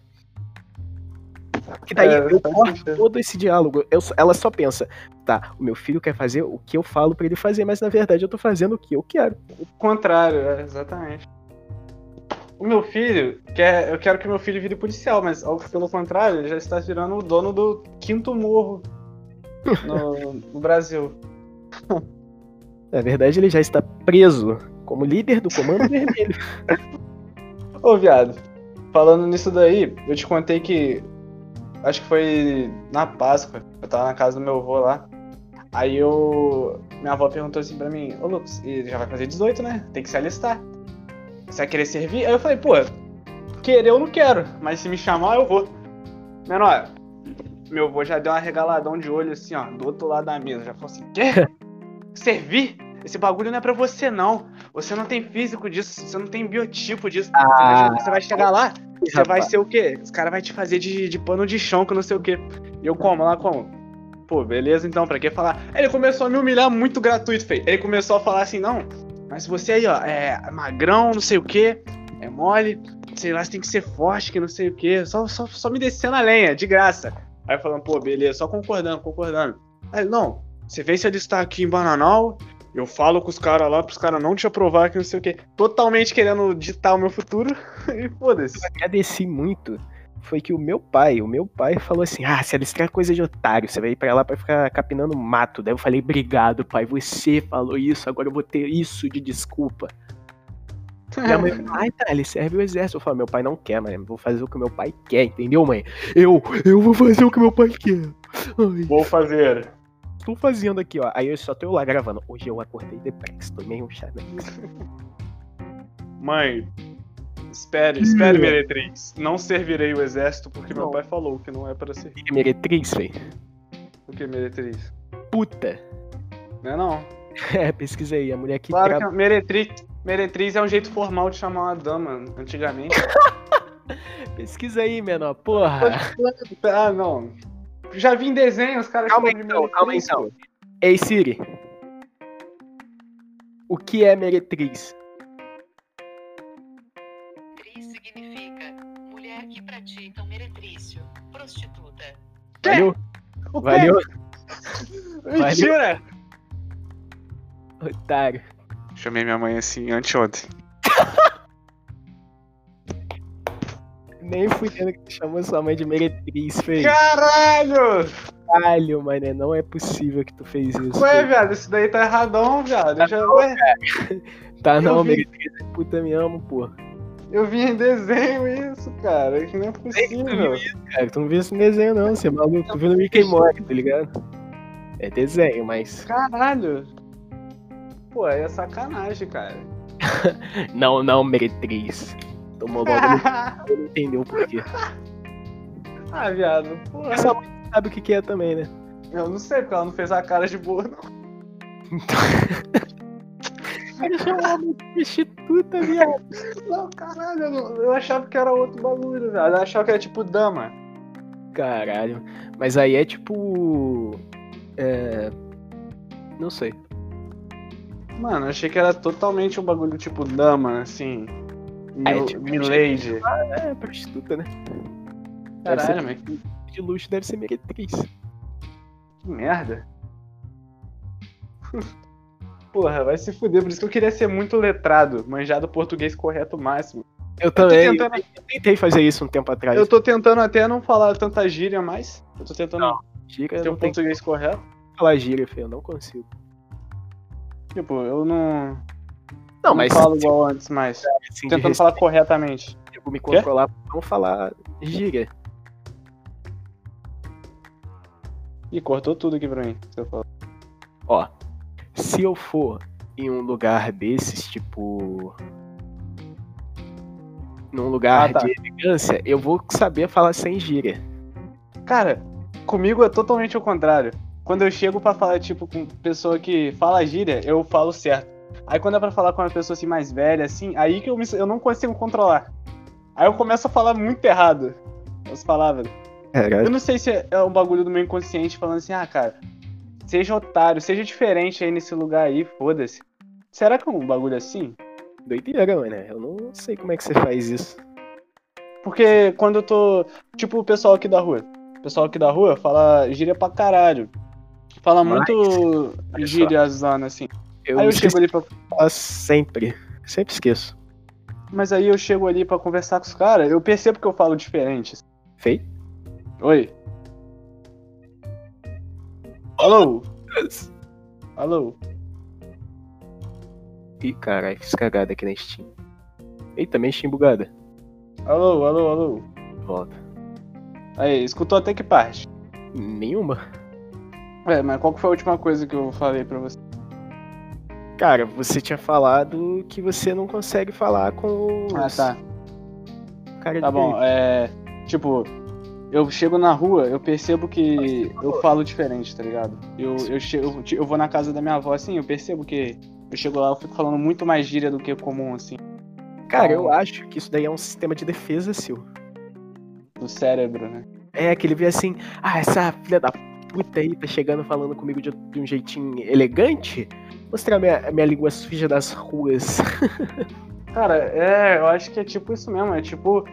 Speaker 1: Que daí
Speaker 2: É,
Speaker 1: eu
Speaker 2: faz
Speaker 1: corto
Speaker 2: sentido.
Speaker 1: todo esse diálogo. Eu só- ela só pensa, tá, o meu filho quer fazer o que eu falo pra ele fazer, mas na verdade eu tô fazendo o que eu quero.
Speaker 2: contrário, é, exatamente. O meu filho, quer, eu quero que meu filho vire policial, mas ao- pelo contrário, ele já está virando o dono do quinto morro no, no Brasil.
Speaker 1: Na verdade, ele já está preso como líder do Comando Vermelho.
Speaker 2: Ô, viado, falando nisso daí, eu te contei que. Acho que foi na Páscoa. Eu tava na casa do meu avô lá. Aí eu. Minha avó perguntou assim pra mim: Ô, Lucas, e já vai fazer 18, né? Tem que se alistar. Você vai querer servir? Aí eu falei: pô, querer eu não quero, mas se me chamar eu vou. Menor, meu avô já deu uma regaladão de olho assim, ó, do outro lado da mesa. Já falou assim: quê? Servir? Esse bagulho não é pra você, não. Você não tem físico disso, você não tem biotipo disso.
Speaker 1: Ah.
Speaker 2: Você vai chegar lá, você vai
Speaker 1: Rapaz.
Speaker 2: ser o quê? Os caras vão te fazer de, de pano de chão, que não sei o quê. E eu como, lá como. Pô, beleza então, pra que falar? Ele começou a me humilhar muito gratuito, feio. Ele começou a falar assim, não, mas você aí, ó, é magrão, não sei o quê, é mole, sei lá, você tem que ser forte, que não sei o quê. Só, só, só me descendo a lenha, de graça. Aí eu falando, pô, beleza, só concordando, concordando. Aí ele, não, você vê se ele está aqui em Bananal, eu falo com os caras lá, pros caras não te aprovar, que não sei o quê. Totalmente querendo ditar o meu futuro, e foda-se.
Speaker 1: agradeci muito foi que o meu pai, o meu pai falou assim: "Ah, se alistrar é coisa de otário, você vai ir pra lá pra ficar capinando mato". Daí eu falei: "Obrigado, pai, você falou isso, agora eu vou ter isso de desculpa". Minha mãe falou: "Ai, tá, ele serve o exército". Eu falo: "Meu pai não quer, mãe, eu vou fazer o que meu pai quer, entendeu, mãe? Eu, eu vou fazer o que meu pai quer". Ai,
Speaker 2: Vou fazer.
Speaker 1: tô fazendo aqui, ó. Aí eu só tô lá gravando. Hoje eu acordei depressa, tomei um chá. né?
Speaker 2: Mãe, espere, espere,
Speaker 1: Hum.
Speaker 2: Meretriz. Não servirei o exército porque meu
Speaker 1: Não.
Speaker 2: pai falou que não é para servir.
Speaker 1: Que Meretriz, velho.
Speaker 2: O que, Meretriz?
Speaker 1: Puta.
Speaker 2: Não é não?
Speaker 1: É, pesquisa aí, a mulher que
Speaker 2: Claro
Speaker 1: tra-
Speaker 2: que não. Meretriz, meretriz é um jeito formal de chamar uma dama, antigamente. é.
Speaker 1: Pesquisa aí, menor, porra.
Speaker 2: ah, não. Já vi em desenho, os caras
Speaker 1: Calma
Speaker 2: chamam de
Speaker 1: então, calma
Speaker 2: meretriz,
Speaker 1: então.
Speaker 2: pô.
Speaker 1: Ei, Siri. O que é meretriz?
Speaker 3: Meretriz significa mulher que pratica o Então, meretrício, prostituta.
Speaker 2: Quê?
Speaker 1: Valeu?
Speaker 2: O quê?
Speaker 1: Valeu,
Speaker 2: Mentira!
Speaker 1: otário.
Speaker 2: Chamei minha mãe assim anteontem.
Speaker 1: Nem fudendo que tu chamou sua mãe de meretriz, fez.
Speaker 2: Caralho!
Speaker 1: Caralho, mané, não é possível que tu fez isso.
Speaker 2: Ué,
Speaker 1: fez.
Speaker 2: viado, isso daí tá erradão, viado. Eu já, ué,
Speaker 1: Tá
Speaker 2: eu
Speaker 1: não,
Speaker 2: vi.
Speaker 1: meretriz é puta, me amo, porra.
Speaker 2: eu vi em desenho isso, cara. Que não é possível.
Speaker 1: Cara, É, tu não viu isso no desenho não, você é maluco. Tu viu no Mickey Moore, tá ligado? É desenho, mas...
Speaker 2: Caralho! Pô, aí é sacanagem, cara.
Speaker 1: Não, não, meretriz. Tomou logo,
Speaker 2: ah,
Speaker 1: não entendeu por quê.
Speaker 2: viado, porra.
Speaker 1: Essa mãe sabe o que que é também, né?
Speaker 2: Eu não sei porque ela não fez a cara de boa, não.
Speaker 1: Ele chamou a mulher de um prostituta, viado.
Speaker 2: Não, caralho, eu, não- eu achava que era outro bagulho, velho. Eu achava que era tipo dama.
Speaker 1: Caralho. Mas aí é tipo. É. Não sei.
Speaker 2: Mano, eu achei que era totalmente um bagulho tipo dama, assim.
Speaker 1: Ah, é
Speaker 2: Mil,
Speaker 1: tipo-
Speaker 2: Milady.
Speaker 1: É, prostituta, né? Deve ser
Speaker 2: Caralho, mas que,
Speaker 1: de luxo, deve ser meretriz.
Speaker 2: que merda. Porra, vai se fuder. Por isso que eu queria ser muito letrado, manjado português correto máximo.
Speaker 1: Eu também. Eu
Speaker 2: tentando-
Speaker 1: tentei fazer isso um tempo atrás.
Speaker 2: Eu tô tentando até não falar tanta gíria mais. Eu tô tentando
Speaker 1: Gira,
Speaker 2: ter
Speaker 1: eu
Speaker 2: um
Speaker 1: não tenho
Speaker 2: português correto.
Speaker 1: que falar gíria, filho. Eu não consigo.
Speaker 2: Tipo, eu não,
Speaker 1: Não,
Speaker 2: não
Speaker 1: mas
Speaker 2: falo igual antes mais.
Speaker 1: assim, de
Speaker 2: Tentando falar corretamente.
Speaker 1: respeito, me controlar pra não falar gíria.
Speaker 2: Ih, cortou tudo aqui pra mim. que você falou.
Speaker 1: Ó, se eu for em um lugar desses, tipo. Num lugar
Speaker 2: Ah, tá.
Speaker 1: de elegância, eu vou saber falar sem gíria.
Speaker 2: Cara, comigo é totalmente o contrário. Quando eu chego pra falar, tipo, com pessoa que fala gíria, eu falo certo. Aí quando é pra falar com uma pessoa assim mais velha, assim, aí que eu, me- eu não consigo controlar. Aí eu começo a falar muito errado as palavras. Eu não sei se é um bagulho do meu inconsciente falando assim, ah, cara, seja otário, seja diferente aí nesse lugar aí, foda-se. Será que é um bagulho assim?
Speaker 1: Doideira, mano. né? Eu não sei como é que você faz isso.
Speaker 2: Porque quando eu tô. Tipo, o pessoal aqui da rua. O pessoal aqui da rua fala gíria pra caralho. Fala
Speaker 1: Mas-
Speaker 2: muito
Speaker 1: só.
Speaker 2: gíria zona, assim.
Speaker 1: Eu,
Speaker 2: aí eu
Speaker 1: esqueço
Speaker 2: chego ali pra.
Speaker 1: de falar sempre. Sempre esqueço.
Speaker 2: Mas aí eu chego ali pra conversar com os caras, eu percebo que eu falo diferente. assim.
Speaker 1: Feio?
Speaker 2: Oi. Alô? Alô?
Speaker 1: Ih, caralho, fiz cagada aqui na Steam. Eita, minha Steam bugada.
Speaker 2: Alô, alô, alô?
Speaker 1: Volta.
Speaker 2: Aí, escutou até que parte?
Speaker 1: Nenhuma.
Speaker 2: É, mas qual que foi a última coisa que eu falei pra você?
Speaker 1: Cara, você tinha falado que você não consegue falar com os
Speaker 2: Ah, tá.
Speaker 1: cara
Speaker 2: Tá
Speaker 1: de
Speaker 2: bom, é. Tipo, eu chego na rua, eu percebo que eu falo diferente, tá ligado? Eu, eu, chego, eu vou na casa da minha avó assim, eu percebo que eu chego lá, eu fico falando muito mais gíria do que comum, assim,
Speaker 1: Cara, eu acho que isso daí é um sistema de defesa, Sil.
Speaker 2: do cérebro, né?
Speaker 1: É, que ele vê assim, ah, essa filha da puta aí tá chegando falando comigo de, de um jeitinho elegante. Mostrar minha, minha língua suja das ruas.
Speaker 2: Cara, é, eu acho que é tipo isso mesmo, é tipo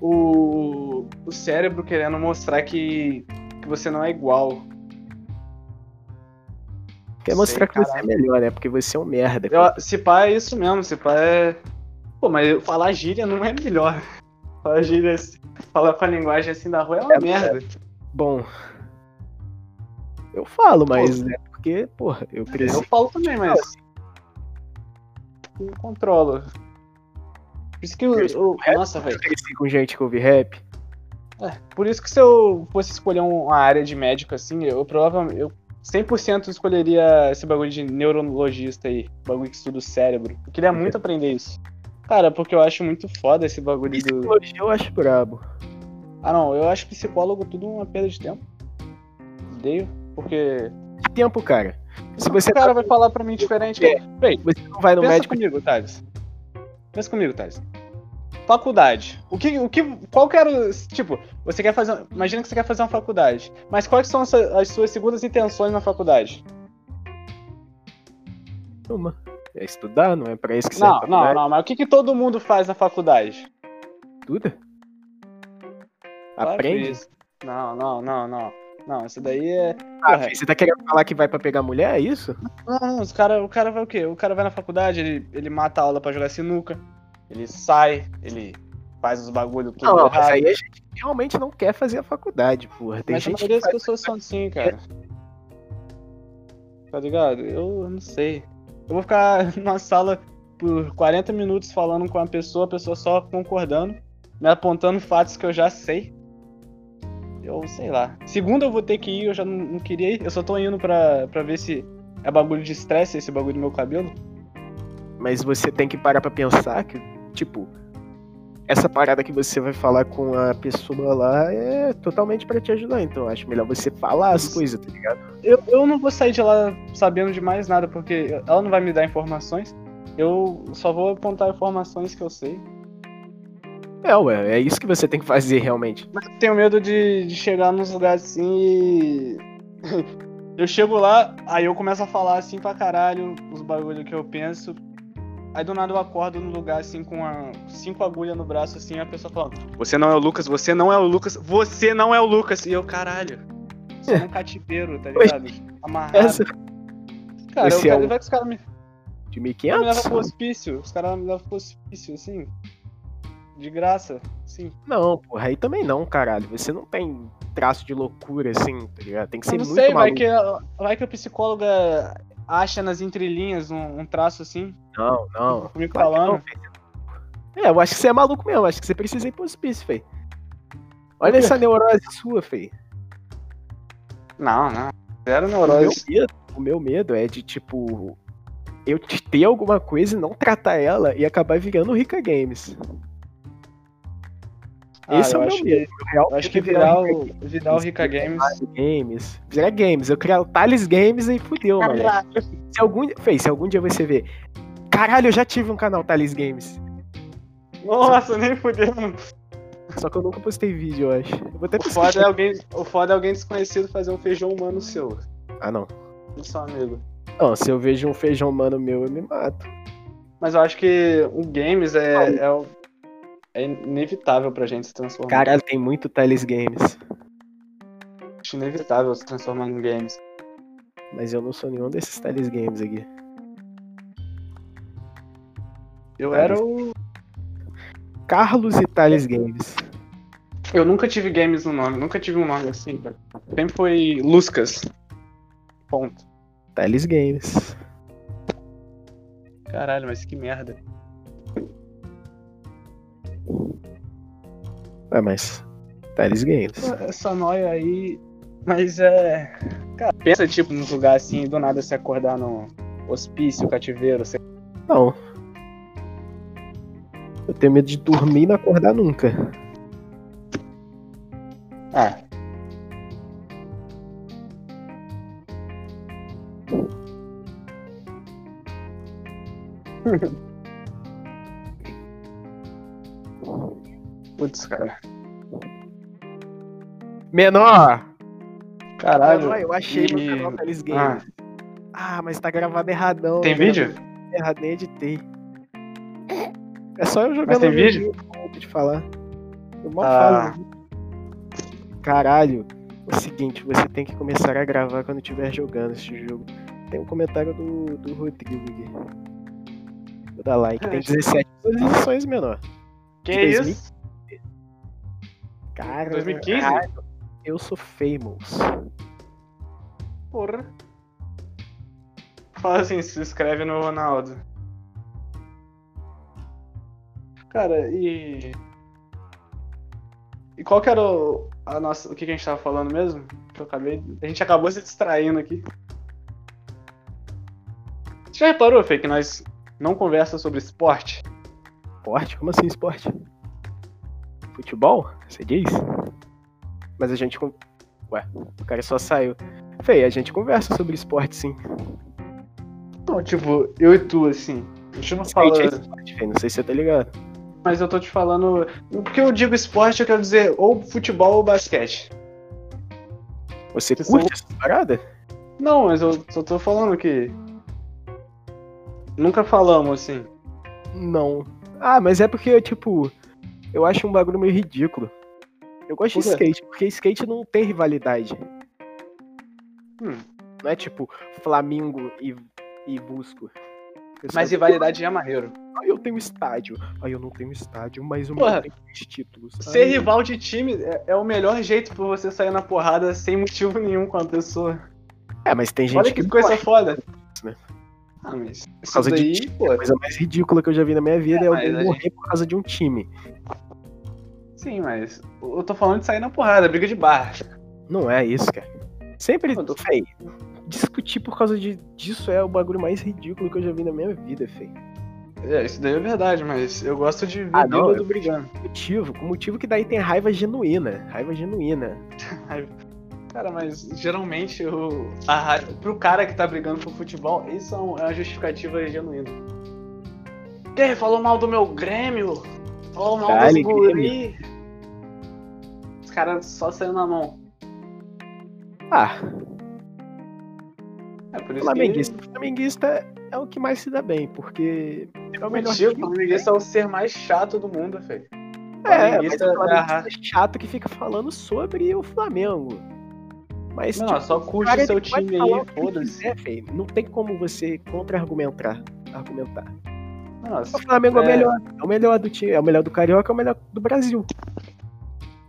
Speaker 2: o, o cérebro querendo mostrar que, que você não é igual.
Speaker 1: Quer
Speaker 2: Sei,
Speaker 1: mostrar que você é
Speaker 2: caralho.
Speaker 1: melhor, né? Porque você é um merda.
Speaker 2: Eu, se pá é isso mesmo, se pá é. Pô, mas eu- falar gíria não é melhor. Falar gíria, assim- falar com a linguagem assim da rua é uma
Speaker 1: É,
Speaker 2: merda.
Speaker 1: Bom. Eu falo, mas é porque, porra, eu
Speaker 2: Eu
Speaker 1: preciso.
Speaker 2: falo também, mas. Não controlo. Por isso que eu. eu- nossa, velho.
Speaker 1: Eu cresci com gente que ouve rap.
Speaker 2: Por isso que se eu fosse escolher um, uma área de médico assim, eu provavelmente. Eu 100% escolheria esse bagulho de neurologista aí. Bagulho que estuda o cérebro. Eu queria muito aprender isso. Cara, porque eu acho muito foda esse bagulho do.
Speaker 1: Psicologia eu acho brabo.
Speaker 2: Ah, não, eu acho psicólogo tudo uma perda de tempo. Odeio, porque.
Speaker 1: Que tempo, cara. Se você, tá
Speaker 2: o cara vai falar pra mim diferente.
Speaker 1: É.
Speaker 2: cara. Véi,
Speaker 1: você não vai no
Speaker 2: Pensa
Speaker 1: médico.
Speaker 2: comigo, Thales. Pensa comigo, Thales. Faculdade. O que, o que, qual que era, o- tipo, você quer fazer, imagina que você quer fazer uma faculdade, mas quais são as, su- as suas segundas intenções na faculdade?
Speaker 1: Uma. É estudar, não é pra isso que
Speaker 2: Não,
Speaker 1: você
Speaker 2: não, não, mas o que, que todo mundo faz na faculdade?
Speaker 1: estuda?
Speaker 2: Claro que
Speaker 1: Aprende?
Speaker 2: isso. Não, não, não, não. Não, isso daí é...
Speaker 1: Ah,
Speaker 2: Porra,
Speaker 1: você tá querendo falar que vai pra pegar mulher, é isso?
Speaker 2: Não, não, os cara, o cara vai o quê? O cara vai na faculdade, ele, ele mata a aula pra jogar sinuca, ele sai, ele faz os bagulho tudo
Speaker 1: Não, mas
Speaker 2: errado.
Speaker 1: aí a gente realmente não quer fazer a faculdade, porra. Tem
Speaker 2: Mas é a
Speaker 1: gente
Speaker 2: maioria
Speaker 1: que
Speaker 2: das
Speaker 1: faz... É.
Speaker 2: pessoas são assim, cara. Tá ligado? Eu não sei. Eu vou ficar numa sala por 40 minutos falando com uma pessoa, a pessoa só concordando, me apontando fatos que eu já sei. Eu sei lá. Segunda eu vou ter que ir, eu já não, não queria ir. Eu só tô indo pra, pra ver se é bagulho de estresse esse bagulho do meu cabelo.
Speaker 1: mas você tem que parar pra pensar que, tipo, essa parada que você vai falar com a pessoa lá é totalmente pra te ajudar. Então eu acho melhor você falar as coisas, tá ligado?
Speaker 2: Eu, eu não vou sair de lá sabendo de mais nada, porque ela não vai me dar informações. Eu só vou apontar informações que eu sei.
Speaker 1: É, ué, é isso que você tem que fazer realmente.
Speaker 2: Mas eu tenho medo de, de chegar nos lugares assim e. eu chego lá, aí eu começo a falar assim pra caralho os bagulho que eu penso. Aí do nada eu acordo num lugar assim com a- cinco agulhas no braço assim, a pessoa falando: Você não é o Lucas, você não é o Lucas, você não é o Lucas. E eu, caralho. Sou um cativeiro, tá ligado? Amarrado.
Speaker 1: Essa
Speaker 2: cara, eu
Speaker 1: esse é
Speaker 2: quero
Speaker 1: um-
Speaker 2: vai que os caras me
Speaker 1: de
Speaker 2: Ela me leva pro
Speaker 1: 1500?
Speaker 2: hospício. Os caras me levam pro hospício, assim. De graça, sim.
Speaker 1: Não, porra, aí também não, caralho. Você não tem traço de loucura assim, tá ligado? Tem que ser
Speaker 2: Eu não
Speaker 1: muito
Speaker 2: sei, vai
Speaker 1: maluco.
Speaker 2: que, a- vai que a psicóloga acha nas entrelinhas um, um traço assim,
Speaker 1: Não, não.
Speaker 2: comigo
Speaker 1: Claro que não,
Speaker 2: falando.
Speaker 1: velho. É, eu acho que você é maluco mesmo, acho que você precisa ir pro hospício, fei. Olha essa neurose sua, fei.
Speaker 2: Não, não. Zero
Speaker 1: O meu,
Speaker 2: neurose.
Speaker 1: medo, o meu medo é de, tipo, eu te ter alguma coisa e não tratar ela e acabar virando o Rica Games. Esse é
Speaker 2: Ah, eu
Speaker 1: o meu
Speaker 2: acho que-
Speaker 1: medo. o real
Speaker 2: eu acho
Speaker 1: medo
Speaker 2: que
Speaker 1: é virar
Speaker 2: virar
Speaker 1: o Rica
Speaker 2: o, virar o Rica Games.
Speaker 1: Games. Virar games. Eu criar o Thales Games e fudeu,
Speaker 2: é Tá
Speaker 1: mano. Se algum, fez, se algum dia você ver. Caralho, eu já tive um canal Thales Games.
Speaker 2: Nossa, nem fudendo.
Speaker 1: Só que eu nunca postei vídeo, eu acho. Eu vou até
Speaker 2: O foda, é
Speaker 1: pesquisar.
Speaker 2: alguém, o foda é alguém desconhecido fazer um feijão humano seu.
Speaker 1: Ah, não.
Speaker 2: Do seu amigo.
Speaker 1: Não, se eu vejo um feijão humano meu, eu me mato.
Speaker 2: Mas eu acho que o Games é, é, o- é inevitável pra gente se transformar.
Speaker 1: Caralho, tem muito Thales Games.
Speaker 2: Acho inevitável se transformar em games.
Speaker 1: Mas eu não sou nenhum desses Thales Games aqui.
Speaker 2: Eu
Speaker 1: Tá,
Speaker 2: era o.
Speaker 1: Carlos e Thales Games.
Speaker 2: Eu nunca tive games no nome, nunca tive um nome assim, cara. Sempre foi Luscas. Ponto.
Speaker 1: Thales Games.
Speaker 2: Caralho, mas que merda.
Speaker 1: Ué, mas. Thales Games.
Speaker 2: Essa noia aí. Mas é. Cara, pensa tipo num lugar assim, do nada se acordar num hospício, cativeiro, sei
Speaker 1: Não. Eu tenho medo de dormir e não acordar nunca.
Speaker 2: Ah. Putz, cara.
Speaker 1: Menor!
Speaker 2: Caralho.
Speaker 1: Menor, eu achei
Speaker 2: e-
Speaker 1: meu canal Thales Games. Ah. mas tá gravado erradão. né?
Speaker 2: Tem
Speaker 1: eu
Speaker 2: vídeo?
Speaker 1: gravei Errado, nem editei. É só eu jogando.
Speaker 2: Mas tem
Speaker 1: no
Speaker 2: vídeo?
Speaker 1: YouTube, eu acabo de falar. Eu mal
Speaker 2: Ah.
Speaker 1: falo. né? Caralho. É o seguinte, você tem que começar a gravar quando estiver jogando esse jogo. Tem um comentário do, do Rodrigo aqui. Vou dar
Speaker 2: Ah,
Speaker 1: like. Tem 17 posições menor.
Speaker 2: Que
Speaker 1: de 2000?
Speaker 2: isso?
Speaker 1: Cara,
Speaker 2: 2015?
Speaker 1: eu sou famous.
Speaker 2: Porra. Fala assim, se inscreve no Ronaldo. Cara, e. E qual que era o. A nossa, o que, que a gente tava falando mesmo? Que eu acabei. A gente acabou se distraindo aqui. Você já reparou, Fê, que nós não conversamos sobre esporte?
Speaker 1: Esporte? Como assim esporte? Futebol? Você diz? Mas a gente. con- Ué, o cara só saiu. Fê, a gente conversa sobre esporte sim.
Speaker 2: Não, tipo, eu e tu, assim. A gente não
Speaker 1: Skate é
Speaker 2: fala.
Speaker 1: esporte, Fê, não sei se você tá ligado.
Speaker 2: Mas eu tô te falando. O que eu digo esporte, eu quero dizer ou futebol ou basquete.
Speaker 1: Você
Speaker 2: Vocês
Speaker 1: curte essa parada?
Speaker 2: Não, mas eu só tô falando que. Nunca falamos assim.
Speaker 1: Não. Ah, mas é porque, tipo, eu acho um bagulho meio ridículo. Eu gosto de
Speaker 2: Por quê?
Speaker 1: skate, porque skate não tem rivalidade.
Speaker 2: Hum.
Speaker 1: Não é tipo Flamingo e, e Busco. Eu
Speaker 2: Mas
Speaker 1: só-
Speaker 2: rivalidade é maneiro.
Speaker 1: Ah, eu tenho estádio. Aí eu não tenho estádio, mas o
Speaker 2: Porra,
Speaker 1: meu tem três títulos.
Speaker 2: Ser
Speaker 1: Ai,
Speaker 2: rival de time é, é o melhor jeito pra você sair na porrada sem motivo nenhum com a pessoa.
Speaker 1: É, mas tem gente
Speaker 2: Olha que coisa foda.
Speaker 1: né?
Speaker 2: Ah, mas. Isso
Speaker 1: causa de
Speaker 2: daí,
Speaker 1: time, né?
Speaker 2: pô.
Speaker 1: A coisa mais ridícula que eu já vi na minha vida é,
Speaker 2: É,
Speaker 1: alguém
Speaker 2: mas a
Speaker 1: morrer por causa de um time.
Speaker 2: Sim, mas. Eu tô falando de sair na porrada, briga de bar.
Speaker 1: Não é isso, cara. Sempre.
Speaker 2: Eu tô-
Speaker 1: Fei, discutir por causa de, disso é o bagulho mais ridículo que eu já vi na minha vida, Fei.
Speaker 2: É, isso daí é verdade, mas eu gosto de ver
Speaker 1: Ah, não,
Speaker 2: bêbado
Speaker 1: eu-
Speaker 2: brigando.
Speaker 1: Motivo, com motivo que daí tem raiva genuína. Raiva genuína.
Speaker 2: Cara, mas geralmente o, a, ra- pro cara que tá brigando pro futebol, isso é um- é uma justificativa genuína. Quem falou mal do meu Grêmio? Falou mal
Speaker 1: Dale,
Speaker 2: dos guri. Os caras só saindo na mão.
Speaker 1: Ah,
Speaker 2: É por isso
Speaker 1: flamenguista. Flamenguista é o que mais se dá bem, porque é o
Speaker 2: que...
Speaker 1: melhor
Speaker 2: Mentira, o
Speaker 1: time.
Speaker 2: flamenguista é o ser mais chato do mundo, velho.
Speaker 1: É, mas
Speaker 2: flamenguista
Speaker 1: o
Speaker 2: é a
Speaker 1: flamenguista
Speaker 2: raça.
Speaker 1: é chato que fica falando sobre o Flamengo. Mas,
Speaker 2: Não,
Speaker 1: tipo,
Speaker 2: só
Speaker 1: o
Speaker 2: curte
Speaker 1: cara,
Speaker 2: o seu
Speaker 1: ele pode
Speaker 2: time
Speaker 1: falar
Speaker 2: aí,
Speaker 1: o que ele
Speaker 2: foda-se.
Speaker 1: quiser, véi. Não tem como você contra-argumentar. Argumentar.
Speaker 2: Não,
Speaker 1: O Flamengo é o
Speaker 2: É.
Speaker 1: melhor. É o melhor do time. É o melhor do Carioca, é o melhor do Brasil.
Speaker 2: Tipo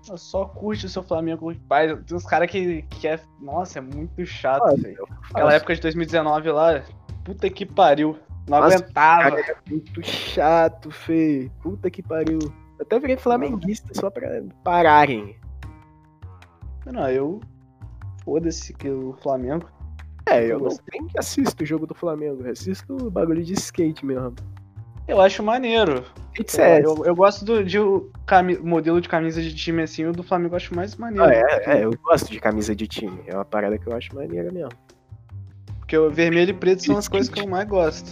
Speaker 2: só- só curte o seu Flamengo. Pai, tem uns caras que, que é. Nossa, é muito chato,
Speaker 1: Ah,
Speaker 2: velho.
Speaker 1: eu
Speaker 2: Aquela
Speaker 1: faço.
Speaker 2: época de 2019 lá, puta que pariu. Não
Speaker 1: Nossa,
Speaker 2: aguentava.
Speaker 1: cara, era é muito chato, feio. Puta que pariu. Eu até virei flamenguista só pra pararem.
Speaker 2: Não, eu. Foda-se que o Flamengo.
Speaker 1: É, eu
Speaker 2: Eu
Speaker 1: não
Speaker 2: gostei.
Speaker 1: nem assisto o jogo do Flamengo, eu assisto o bagulho de skate mesmo.
Speaker 2: Eu acho maneiro.
Speaker 1: Skate
Speaker 2: Sei lá,
Speaker 1: CS.
Speaker 2: É, Eu, eu gosto do de o cami- modelo de camisa de time assim, o do Flamengo eu acho mais maneiro.
Speaker 1: Ah, é, é, eu gosto de camisa de time. É uma parada que eu acho maneira mesmo.
Speaker 2: Porque o vermelho e preto são as coisas que eu mais gosto.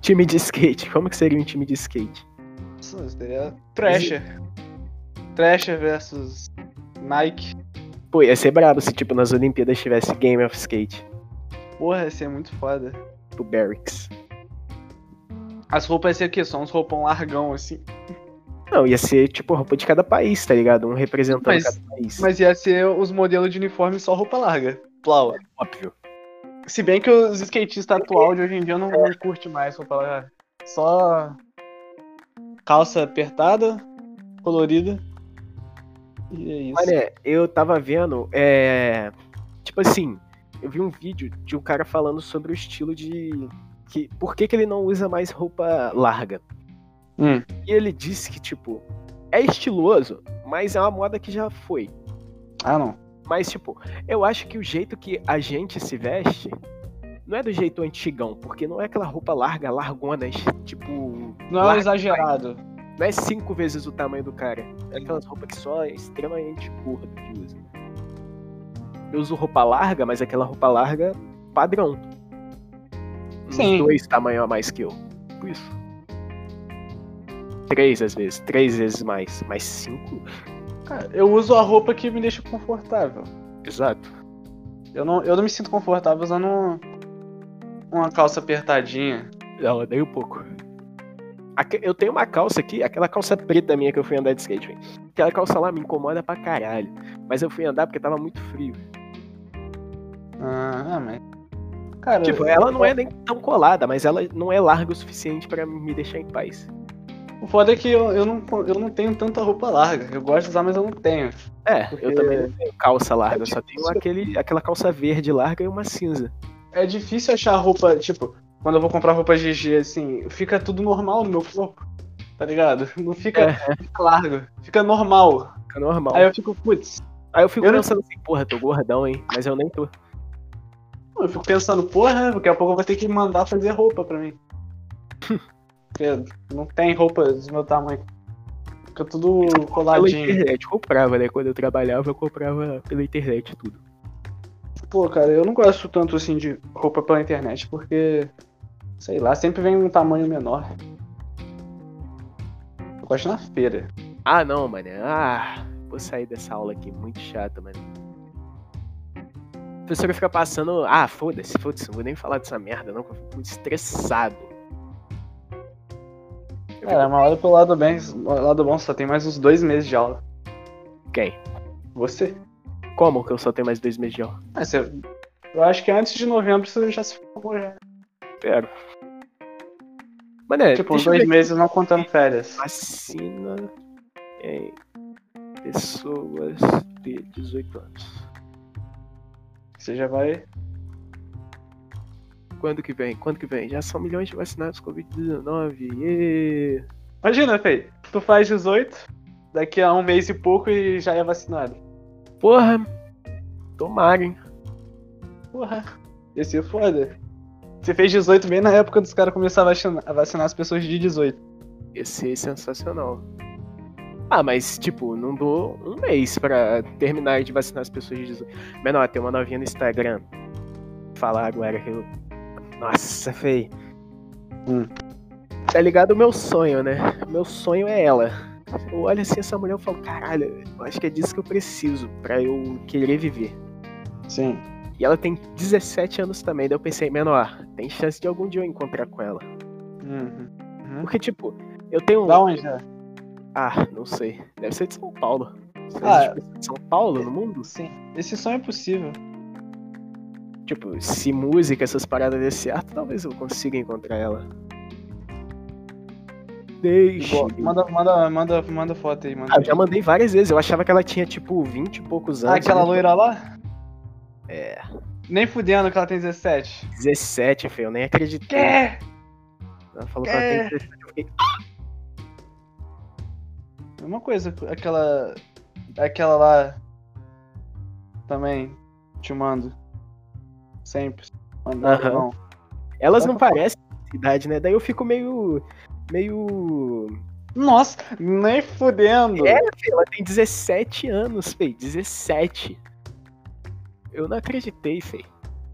Speaker 1: Time de skate. Como que seria um time de skate?
Speaker 2: Nossa, seria Thrasher. Thrasher versus Nike.
Speaker 1: Pô, ia ser brabo se, tipo, nas Olimpíadas tivesse Game of Skate.
Speaker 2: Porra, ia ser muito foda.
Speaker 1: Tipo, Barracks.
Speaker 2: As roupas iam ser o quê? Só uns roupão largão assim.
Speaker 1: Não, ia ser, tipo, roupa de cada país, tá ligado? Um representando
Speaker 2: Mas-
Speaker 1: cada país.
Speaker 2: Mas ia ser os modelos de uniforme só roupa larga. Plau.
Speaker 1: Óbvio.
Speaker 2: Se bem que os skatistas atual de hoje em dia não, não curte mais roupa larga. Só calça apertada, colorida. E é isso.
Speaker 1: Olha, eu tava vendo, é. Tipo assim, eu vi um vídeo de um cara falando sobre o estilo de. Que, por que, que ele não usa mais roupa larga?
Speaker 2: Hum.
Speaker 1: E ele disse que, tipo, é estiloso, mas é uma moda que já foi.
Speaker 2: Ah, não.
Speaker 1: Mas, tipo, eu acho que o jeito que a gente se veste não é do jeito antigão, porque não é aquela roupa larga, largona, es- tipo.
Speaker 2: Não é
Speaker 1: larga,
Speaker 2: exagerado.
Speaker 1: não é cinco vezes o tamanho do cara. É aquelas roupas que só é extremamente curta que usa. Eu uso roupa larga, mas aquela roupa larga padrão.
Speaker 2: Sim.
Speaker 1: Uns dois tamanhos a mais que eu. Tipo Isso. Três às vezes, três vezes mais. Mais cinco?
Speaker 2: Cara, eu uso a roupa que me deixa confortável.
Speaker 1: Exato.
Speaker 2: Eu não, eu não me sinto confortável usando um- uma calça apertadinha.
Speaker 1: Não, eu dei um pouco. Aque- Eu tenho uma calça aqui, aquela calça preta minha que eu fui andar de skate, velho. Aquela calça lá me incomoda pra caralho. Mas eu fui andar porque tava muito frio.
Speaker 2: Ah, ah, mas. Cara,
Speaker 1: Tipo, ela não é nem tão colada, mas ela não é larga o suficiente pra me deixar em paz.
Speaker 2: O foda é que eu, eu, não, eu não tenho tanta roupa larga. Eu gosto de usar, mas eu não tenho.
Speaker 1: É, eu
Speaker 2: Porque-
Speaker 1: também não tenho calça larga, eu só
Speaker 2: É
Speaker 1: tenho aquele, aquela calça verde larga e uma cinza.
Speaker 2: É difícil achar roupa, tipo, quando eu vou comprar roupa GG, assim, fica tudo normal no meu corpo. Tá ligado? Não fica,
Speaker 1: É.
Speaker 2: fica largo, fica normal.
Speaker 1: Fica é normal.
Speaker 2: Aí eu fico, putz,
Speaker 1: Aí eu fico
Speaker 2: eu não-
Speaker 1: pensando assim, porra, tô gordão, hein? Mas eu nem tô.
Speaker 2: eu fico pensando, porra, daqui a pouco eu vou ter que mandar fazer roupa pra mim. Porque não tem roupa do meu tamanho. Fica tudo
Speaker 1: Pela
Speaker 2: coladinho.
Speaker 1: internet, eu comprava, né? Quando eu trabalhava, eu comprava pela internet tudo.
Speaker 2: Pô, cara, eu não gosto tanto assim de roupa pela internet, porque. Sei lá, sempre vem um tamanho menor. Eu gosto na feira.
Speaker 1: Ah, não, mano. Ah, vou sair dessa aula aqui, muito chato, mano. A professora fica passando. Ah, foda-se, foda-se, não vou nem falar dessa merda, não, que eu fico estressado. Eu
Speaker 2: Cara, mas olha pro lado bem, lado bom, só tem mais uns dois meses de aula.
Speaker 1: fico, Quem?
Speaker 2: Você?
Speaker 1: Como que eu só tenho mais dois meses de aula?
Speaker 2: Ah, você- Eu acho que antes de novembro você já se formou já.
Speaker 1: Pera. Mano, é,
Speaker 2: tipo, uns
Speaker 1: deixa eu ver
Speaker 2: dois
Speaker 1: aqui.
Speaker 2: meses não contando férias.
Speaker 1: vacina em pessoas de 18 anos.
Speaker 2: Você já vai.
Speaker 1: Quando que vem? Quando que vem? Já são milhões de vacinados Covid-19. ê!
Speaker 2: Imagina, Fei. Tu faz 18, daqui a um mês e pouco e já é vacinado.
Speaker 1: Porra! Tomara, hein?
Speaker 2: Porra. Esse é foda. Você fez 18 bem na época dos caras começarem a vacinar, a vacinar as pessoas de 18.
Speaker 1: Ia ser sensacional. Ah, mas, tipo, não dou um mês pra terminar de vacinar as pessoas de 18. Menor, tem uma novinha no Instagram. Falar agora que eu. Nossa, fei.
Speaker 2: Hum.
Speaker 1: Tá ligado o meu sonho, né? Meu sonho é ela. Eu olho assim essa mulher e falo, caralho, eu acho que é disso que eu preciso pra eu querer viver.
Speaker 2: Sim.
Speaker 1: E ela tem 17 anos também, daí eu pensei, menor, tem chance de algum dia eu encontrar com ela.
Speaker 2: Uhum.
Speaker 1: Porque, tipo, eu tenho um.
Speaker 2: Da onde é?
Speaker 1: Ah, não sei. Deve ser de São Paulo.
Speaker 2: Ah,
Speaker 1: Ah, São Paulo no mundo?
Speaker 2: Sim. Esse sonho é possível.
Speaker 1: Tipo, se música, essas paradas desse ar, talvez eu consiga encontrar ela. Deixa.
Speaker 2: Igual- Manda, manda, manda, manda foto aí, manda.
Speaker 1: Ah, eu já mandei várias vezes. Eu achava que ela tinha, tipo, 20 e poucos
Speaker 2: Ah,
Speaker 1: anos.
Speaker 2: aquela
Speaker 1: né?
Speaker 2: loira lá?
Speaker 1: É,
Speaker 2: Nem fudendo que ela tem É 17.
Speaker 1: 17, feio. Eu nem acreditei.
Speaker 2: Quê?
Speaker 1: Ela falou que
Speaker 2: É.
Speaker 1: ela tem 17. Eu fiquei,
Speaker 2: Mesma coisa, aquela. Aquela lá. Também. Te mando. Sempre. Mandar,
Speaker 1: Aham.
Speaker 2: não.
Speaker 1: Elas
Speaker 2: Vai
Speaker 1: não parecem idade, né? Daí eu fico meio. Meio.
Speaker 2: Nossa, nem fudendo.
Speaker 1: É, filho, ela tem 17 anos, fei. 17. Eu não acreditei, fei.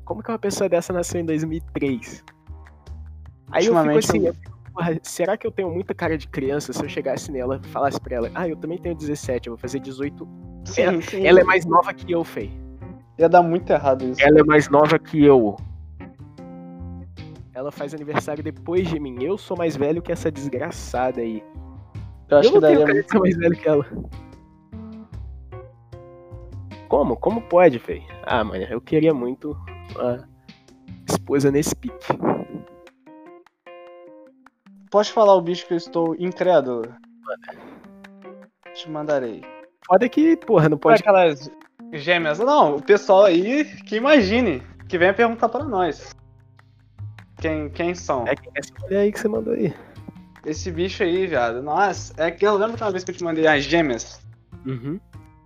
Speaker 1: Como que uma pessoa dessa nasceu em 2003? Aí eu fico
Speaker 2: Ultimamente,
Speaker 1: assim,
Speaker 2: eu-
Speaker 1: eu fico, porra, será que eu tenho muita cara de criança se eu chegasse nela e falasse pra ela, ah, eu também tenho 17, eu vou fazer 18.
Speaker 2: Sim, sim.
Speaker 1: Ela é mais nova que eu, fei.
Speaker 2: Ia dar muito errado isso.
Speaker 1: Ela é mais nova que eu. Ela faz aniversário depois de mim. Eu sou mais velho que essa desgraçada aí.
Speaker 2: Eu acho
Speaker 1: eu não tenho
Speaker 2: que daria
Speaker 1: cara de ser mais velho que ela. Como? Como pode, véi? Ah, mano, eu queria muito uma esposa nesse pique.
Speaker 2: Pode falar o bicho que eu estou incrédulo? Te mandarei.
Speaker 1: Foda é que, porra, não pode.
Speaker 2: Pode aquelas gêmeas. Não, o pessoal aí que imagine, que venha perguntar pra nós. Quem, quem são?
Speaker 1: É que essa mulher aí que você mandou aí.
Speaker 2: Esse bicho aí, viado. Nossa, é que eu lembro que uma vez que eu te mandei as gêmeas.
Speaker 1: Uhum.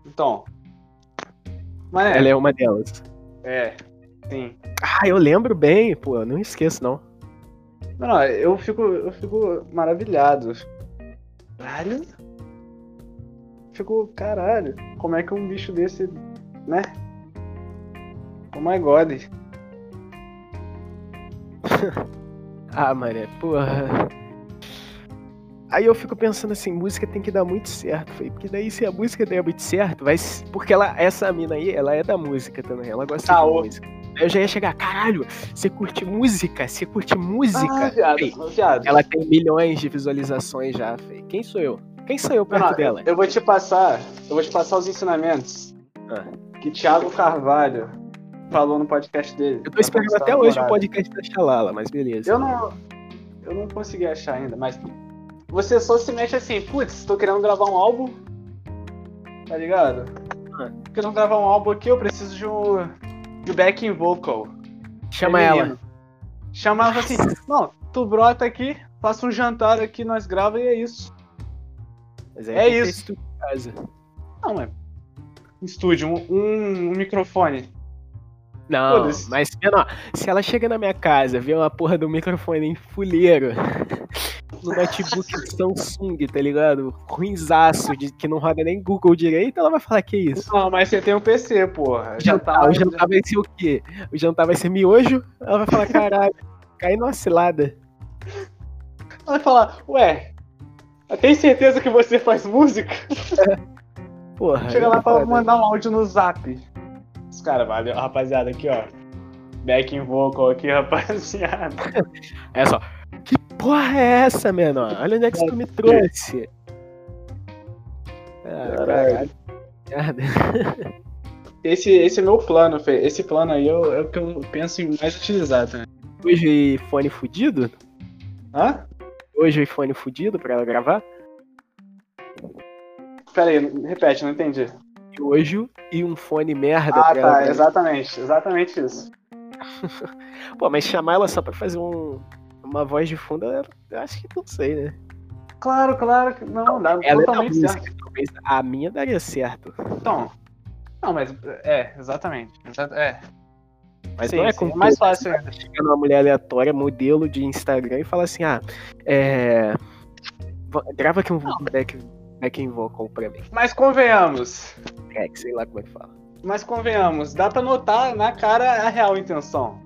Speaker 2: Então. Mas
Speaker 1: Ela é uma delas.
Speaker 2: é. Sim.
Speaker 1: Ah, eu lembro bem, pô, eu não esqueço, não.
Speaker 2: Não, não, eu fico, eu fico maravilhado. Caralho? Fico, caralho, como é que um bicho desse, né? Oh my god.
Speaker 1: Ah, mané, porra. Aí eu fico pensando assim, música tem que dar muito certo, foi porque daí se a música der muito certo, vai s- porque ela essa mina aí, ela é da música também, ela gosta
Speaker 2: Tá,
Speaker 1: de
Speaker 2: ô.
Speaker 1: música. Aí eu já ia chegar, caralho, você curte música? Você curte
Speaker 2: Ah,
Speaker 1: música? Ei,
Speaker 2: viado, viado.
Speaker 1: ela tem milhões de visualizações já, fei. Quem sou eu? Quem sou eu
Speaker 2: Não,
Speaker 1: perto
Speaker 2: não,
Speaker 1: dela?
Speaker 2: Eu vou te passar, eu vou te passar os ensinamentos
Speaker 1: É.
Speaker 2: que Thiago Carvalho falou no podcast dele.
Speaker 1: Eu tô esperando até hoje o podcast da Xalala, mas beleza.
Speaker 2: Eu não, eu não consegui achar ainda, mas você só se mexe assim, putz, tô querendo gravar um álbum, tá ligado?
Speaker 1: Ah.
Speaker 2: Tô Querendo gravar um álbum aqui, eu preciso de um de backing vocal.
Speaker 1: Chama
Speaker 2: feminino.
Speaker 1: ela.
Speaker 2: Chamava assim, não, tu brota aqui, faça um jantar aqui, nós grava e é isso.
Speaker 1: Mas aí
Speaker 2: É
Speaker 1: tem que ter
Speaker 2: isso.
Speaker 1: estudo em casa.
Speaker 2: Não, é um estúdio, um- um, um microfone.
Speaker 1: Não,
Speaker 2: Foda-se.
Speaker 1: mas menor, se ela chega na minha casa, vê uma porra do microfone em fuleiro, no notebook Samsung, tá ligado? Ruinzaço, de, que não roda nem Google direito, ela vai falar que isso. Ah,
Speaker 2: Não, mas você tem um PC, porra. Já tá.
Speaker 1: o jantar vai ser o quê? O jantar vai ser miojo? Ela vai falar, caralho, cai numa cilada.
Speaker 2: Ela vai falar, ué, tem certeza que você faz música?
Speaker 1: Porra.
Speaker 2: Chega
Speaker 1: é
Speaker 2: lá pra
Speaker 1: foda.
Speaker 2: mandar um áudio no zap. Os caras, valeu, rapaziada, aqui ó. Back in vocal aqui, rapaziada.
Speaker 1: É só, que porra é essa, menor? Olha onde é que tu me trouxe. Ah, caralho.
Speaker 2: Caralho. Esse, esse é meu plano, Fê. Esse plano aí eu- é o que eu penso em mais utilizar também.
Speaker 1: Hoje, fone fudido?
Speaker 2: Hã?
Speaker 1: Hoje, iPhone fudido pra ela gravar?
Speaker 2: Pera aí, repete, não entendi.
Speaker 1: miojo e um fone merda pra
Speaker 2: Ah,
Speaker 1: ela.
Speaker 2: tá,
Speaker 1: gravar.
Speaker 2: exatamente, exatamente isso. é.
Speaker 1: Pô, mas chamar ela só pra fazer um, uma voz de fundo, eu- eu acho que não sei, né?
Speaker 2: Claro, claro, que não, dá
Speaker 1: Ela é da
Speaker 2: totalmente certo.
Speaker 1: música, talvez a minha daria certo.
Speaker 2: Então, não, mas é, exatamente. exa- É,
Speaker 1: Mas
Speaker 2: Sim,
Speaker 1: não é
Speaker 2: sim,
Speaker 1: com
Speaker 2: é mais fácil ainda.
Speaker 1: chegar numa mulher aleatória, modelo de Instagram e falar assim, ah, é. vo- Grava aqui um back, backing vocal pra mim.
Speaker 2: Mas convenhamos,
Speaker 1: É, que sei lá como é que fala.
Speaker 2: mas convenhamos, dá pra notar na cara a real intenção.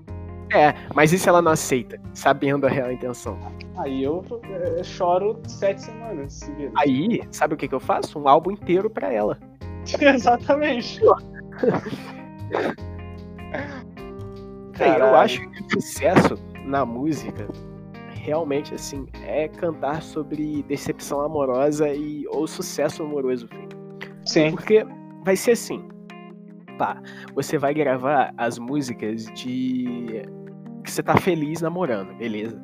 Speaker 1: É, mas e se ela não aceita, sabendo a real intenção?
Speaker 2: Aí eu eh, choro sete semanas seguidas.
Speaker 1: Aí, sabe o que, que eu faço? Um álbum inteiro pra ela.
Speaker 2: Exatamente.
Speaker 1: É, Cara, eu
Speaker 2: Caralho.
Speaker 1: acho que o sucesso na música realmente assim é cantar sobre decepção amorosa e ou sucesso amoroso, filho.
Speaker 2: Sim.
Speaker 1: Porque vai ser assim. Pá, você vai gravar as músicas de. que você tá feliz namorando, beleza?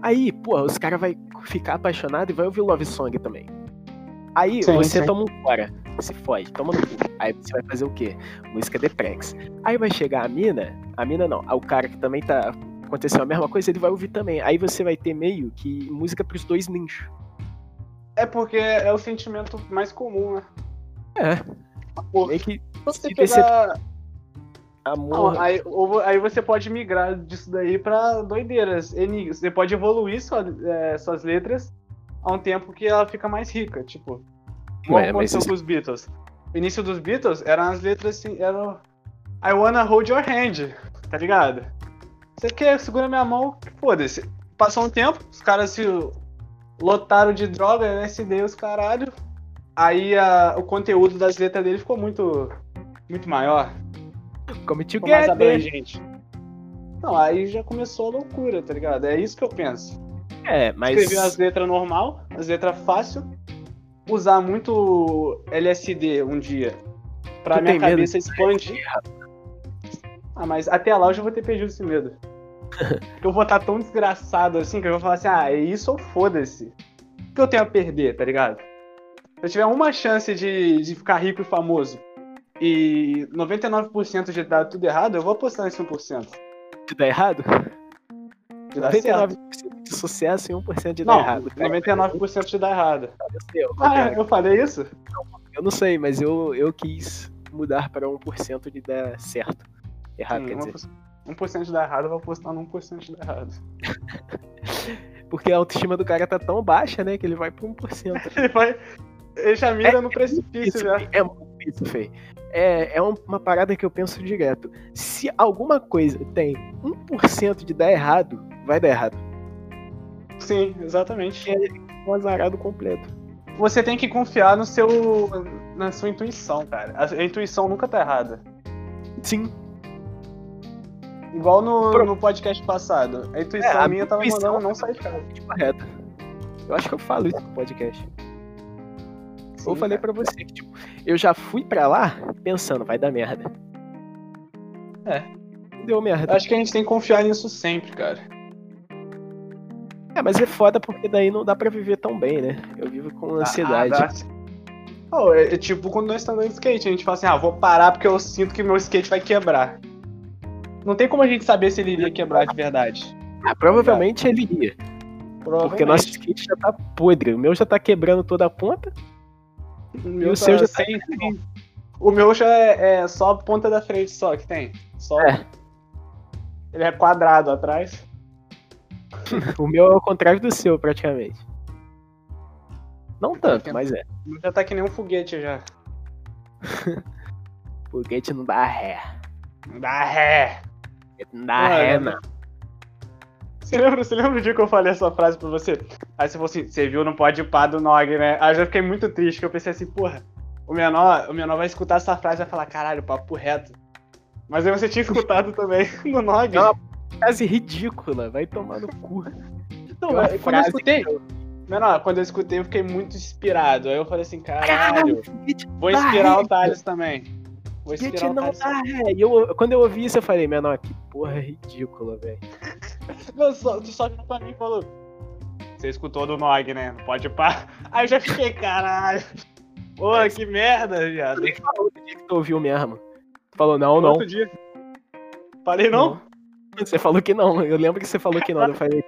Speaker 1: Aí, pô, os caras vai ficar apaixonado e vai ouvir Love Song também. Aí
Speaker 2: Sim,
Speaker 1: você
Speaker 2: sim.
Speaker 1: toma um fora, se fode, toma no cu. Aí você vai fazer o quê? Música Deprex. Aí vai chegar a mina, a mina não, o cara que também tá. aconteceu a mesma coisa, ele vai ouvir também. Aí você vai ter meio que música pros dois nichos.
Speaker 2: É porque é o sentimento mais comum, né?
Speaker 1: É.
Speaker 2: Pô,
Speaker 1: Meio que
Speaker 2: Você
Speaker 1: se
Speaker 2: pegar...
Speaker 1: amor.
Speaker 2: Não, aí, ou vo- aí você pode migrar disso daí pra doideiras, enigmas. Você pode evoluir sua- eh, suas letras a um tempo que ela fica mais rica, tipo. Igual
Speaker 1: Ué, mas
Speaker 2: aconteceu
Speaker 1: isso-
Speaker 2: com os Beatles. O início dos Beatles eram as letras assim, eram I wanna hold your hand, tá ligado? Você quer, segura minha mão, foda-se. Passou um tempo, os caras se lotaram de droga, LSD, os caralho. Aí a- o conteúdo das letras dele ficou muito, muito maior,
Speaker 1: Come
Speaker 2: ficou mais
Speaker 1: together.
Speaker 2: abrangente. Não, aí já começou a loucura, tá ligado? É isso que eu penso.
Speaker 1: É, mas.
Speaker 2: Escrever as letras normal, as letras fácil. Usar muito LSD um dia. Pra
Speaker 1: Tu
Speaker 2: minha
Speaker 1: tem medo
Speaker 2: cabeça expandir. Ah, mas até lá eu já vou ter perdido esse medo. Porque eu vou estar tão desgraçado assim que eu vou falar assim, ah, é isso ou foda-se. O que eu tenho a perder, tá ligado? Se eu tiver uma chance de, de ficar rico e famoso e 99% de dar tudo errado, eu vou apostar nesse 1%.
Speaker 1: que dá errado?
Speaker 2: Tá De dar certo.
Speaker 1: 99% de sucesso e 1% de dar
Speaker 2: Não,
Speaker 1: errado. é cara.
Speaker 2: 99% de dar errado.
Speaker 1: Eu sei, eu-
Speaker 2: Ah,
Speaker 1: Tá é? cara,
Speaker 2: eu falei isso?
Speaker 1: Eu não sei, mas eu, eu quis mudar para 1% de dar certo.
Speaker 2: Hum,
Speaker 1: Errado, quer dizer.
Speaker 2: 1% de dar errado, eu vou apostar no 1% de dar errado.
Speaker 1: Porque a autoestima do cara tá tão baixa, né? Que ele vai pra 1%.
Speaker 2: Ele vai. Ele já mira
Speaker 1: É,
Speaker 2: no precipício
Speaker 1: Isso,
Speaker 2: já.
Speaker 1: é muito isso, Fê. É, é um- uma parada que eu penso direto. Se alguma coisa tem 1% de dar errado, vai dar errado.
Speaker 2: Sim, exatamente.
Speaker 1: Um azarado completo.
Speaker 2: Você tem que confiar no seu. na sua intuição, cara. A, a intuição nunca tá errada.
Speaker 1: Sim,
Speaker 2: Igual no,
Speaker 1: Pro-
Speaker 2: no podcast passado. A intuição
Speaker 1: É, a
Speaker 2: minha tava
Speaker 1: intuição- tá
Speaker 2: mandando não sair de casa.
Speaker 1: correto. Eu acho que eu falo isso no podcast. eu
Speaker 2: Sim,
Speaker 1: falei
Speaker 2: cara.
Speaker 1: pra você que, tipo, eu já fui pra lá pensando, vai dar merda.
Speaker 2: É.
Speaker 1: Deu merda.
Speaker 2: Acho que a gente tem que confiar nisso sempre, cara.
Speaker 1: É, mas é foda porque daí não dá pra viver tão bem, né? Eu vivo com ansiedade.
Speaker 2: Ah, dá. Pô, é, é tipo quando nós estamos andando de skate, a gente fala assim, ah, vou parar porque eu sinto que meu skate vai quebrar. Não tem como a gente saber se ele iria quebrar de verdade.
Speaker 1: Ah, provavelmente ele iria. Porque nosso skate já tá podre. O meu já tá quebrando toda a ponta.
Speaker 2: o meu
Speaker 1: e o seu já tá
Speaker 2: sem. O meu já é, é só a ponta da frente só que tem. Só.
Speaker 1: É.
Speaker 2: Ele é quadrado atrás.
Speaker 1: O meu é o contrário do seu, praticamente. Não tanto, mas é.
Speaker 2: O meu já tá que nem um foguete já.
Speaker 1: Foguete não dá ré.
Speaker 2: Dá ré.
Speaker 1: Não dá ré,
Speaker 2: Olha,
Speaker 1: não.
Speaker 2: Você lembra, você lembra o dia que eu falei essa frase pra você? Aí você falou assim, você viu, não pode ir pá do Nog, né? Aí eu já fiquei muito triste, que eu pensei assim, porra, o menor, o menor vai escutar essa frase e vai falar, caralho, papo reto. Mas aí você tinha escutado também no Nog.
Speaker 1: Não, Frase ridícula. Vai tomar no cu.
Speaker 2: Então,
Speaker 1: Pior
Speaker 2: quando eu
Speaker 1: frase
Speaker 2: escutei,
Speaker 1: que eu-
Speaker 2: menor, quando eu escutei eu fiquei muito inspirado. Aí eu falei assim,
Speaker 1: Caralho,
Speaker 2: caralho,
Speaker 1: foguete
Speaker 2: vou
Speaker 1: dá
Speaker 2: inspirar
Speaker 1: ré.
Speaker 2: o Thales também. Vou
Speaker 1: Gente,
Speaker 2: inspirar o
Speaker 1: não
Speaker 2: Thales.
Speaker 1: dá ré. E eu, quando eu ouvi isso, eu falei, menor, que porra ridícula, velho.
Speaker 2: Não, só, tu só virou pra mim e falou, você escutou do Nog, né? Não pode ir pá. Aí eu já fiquei, caralho. Porra, que merda, viado.
Speaker 1: Nem falou do dia que tu ouviu mesmo. Tu falou, não, não.
Speaker 2: Outro dia. Falei não?
Speaker 1: Você falou que não. Eu lembro que você falou que não. Eu falei,